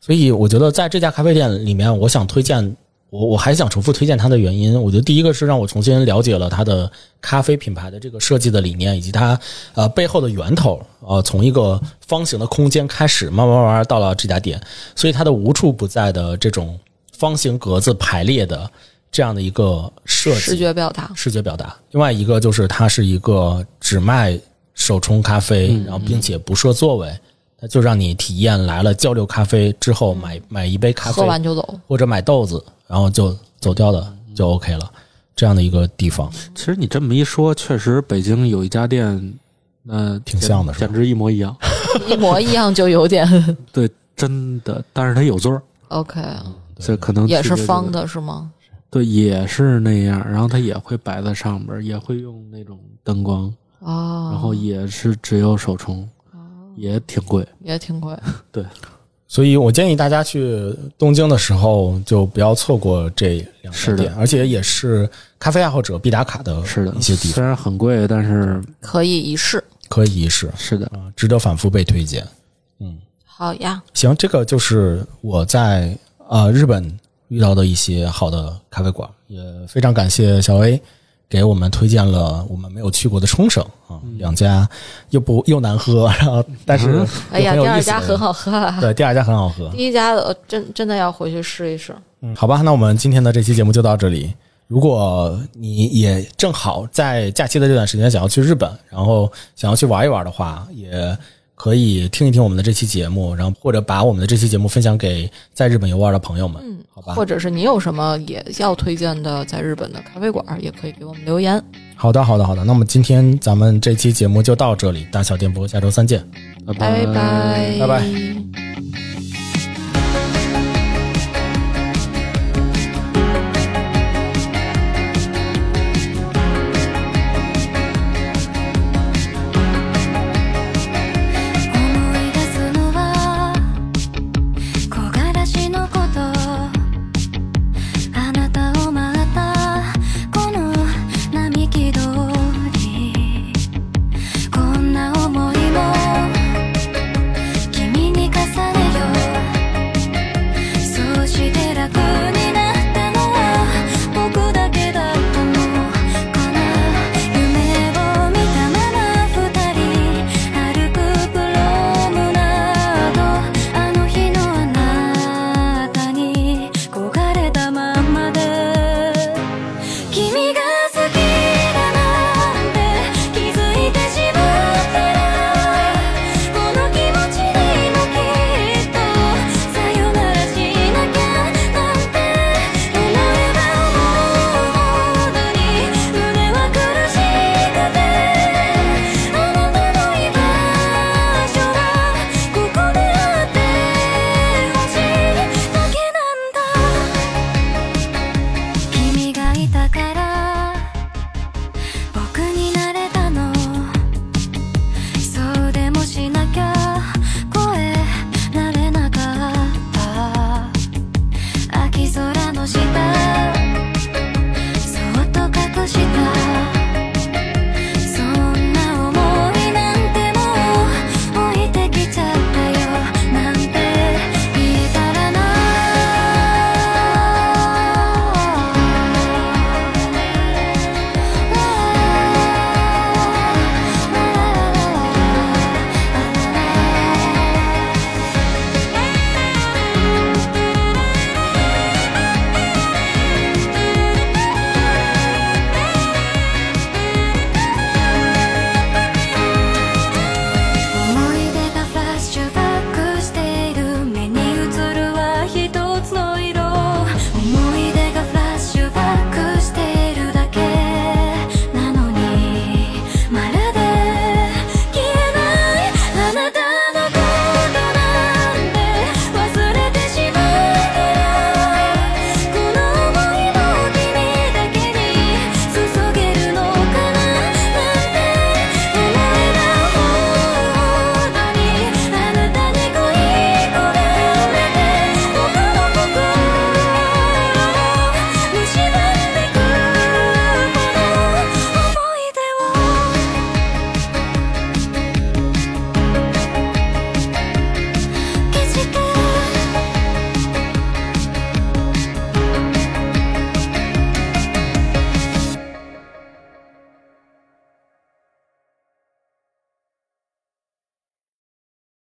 所以我觉得在这家咖啡店里面，我想推荐我我还想重复推荐它的原因，我觉得第一个是让我重新了解了它的咖啡品牌的这个设计的理念，以及它呃背后的源头，呃，从一个方形的空间开始，慢慢慢慢到了这家店，所以它的无处不在的这种方形格子排列的这样的一个设计，视觉表达，视觉表达。另外一个就是它是一个只卖手冲咖啡，嗯然后并且不设座位，它就让你体验来了交流咖啡之后买买一杯咖啡嗯喝，完就走，或者买豆子，然后就走掉的嗯就 OK 了。这样的一个地方，其实你这么一说，确实北京有一家店，呃，挺简像的是吧简直一模 一样。一模一样就有点对，真的，但是它有座儿， OK，嗯这可能也区是别就方在，的是吗？对，也是那样。然后它也会摆在上边儿，也会用那种灯光，啊，然后也是只有手冲，也挺贵。哦也挺贵，所以我建议大家去东京的时候就不要错过这两家是的店，而且也是咖啡爱好者必打卡的是的，嗯一些地方，虽然很贵，但是可以一试。可以一试是的，啊，值得反复被推荐。嗯好呀，行，这个就是我在呃日本遇到的一些好的咖啡馆，也非常感谢小 A 给我们推荐了我们没有去过的冲绳啊，嗯两家又不又难喝，然后但是又哎呀，很有第意二思嗯家的很，好喝啊，对，第二家很好喝第。一家呃真真的要回去试一试。嗯，好吧，那我们今天的这期节目就到这里。如果你也正好在假期的这段时间想要去日本，然后想要去玩一玩的话，也可以听一听我们的这期节目，然后或者把我们的这期节目分享给在日本游玩的朋友们，嗯，好吧或？者是你有什么也要推荐的在日本的咖啡馆，也可以给我们留言。好的，好的，好的。那么今天咱们这期节目就到这里，大小电波，下周三见。拜拜拜拜。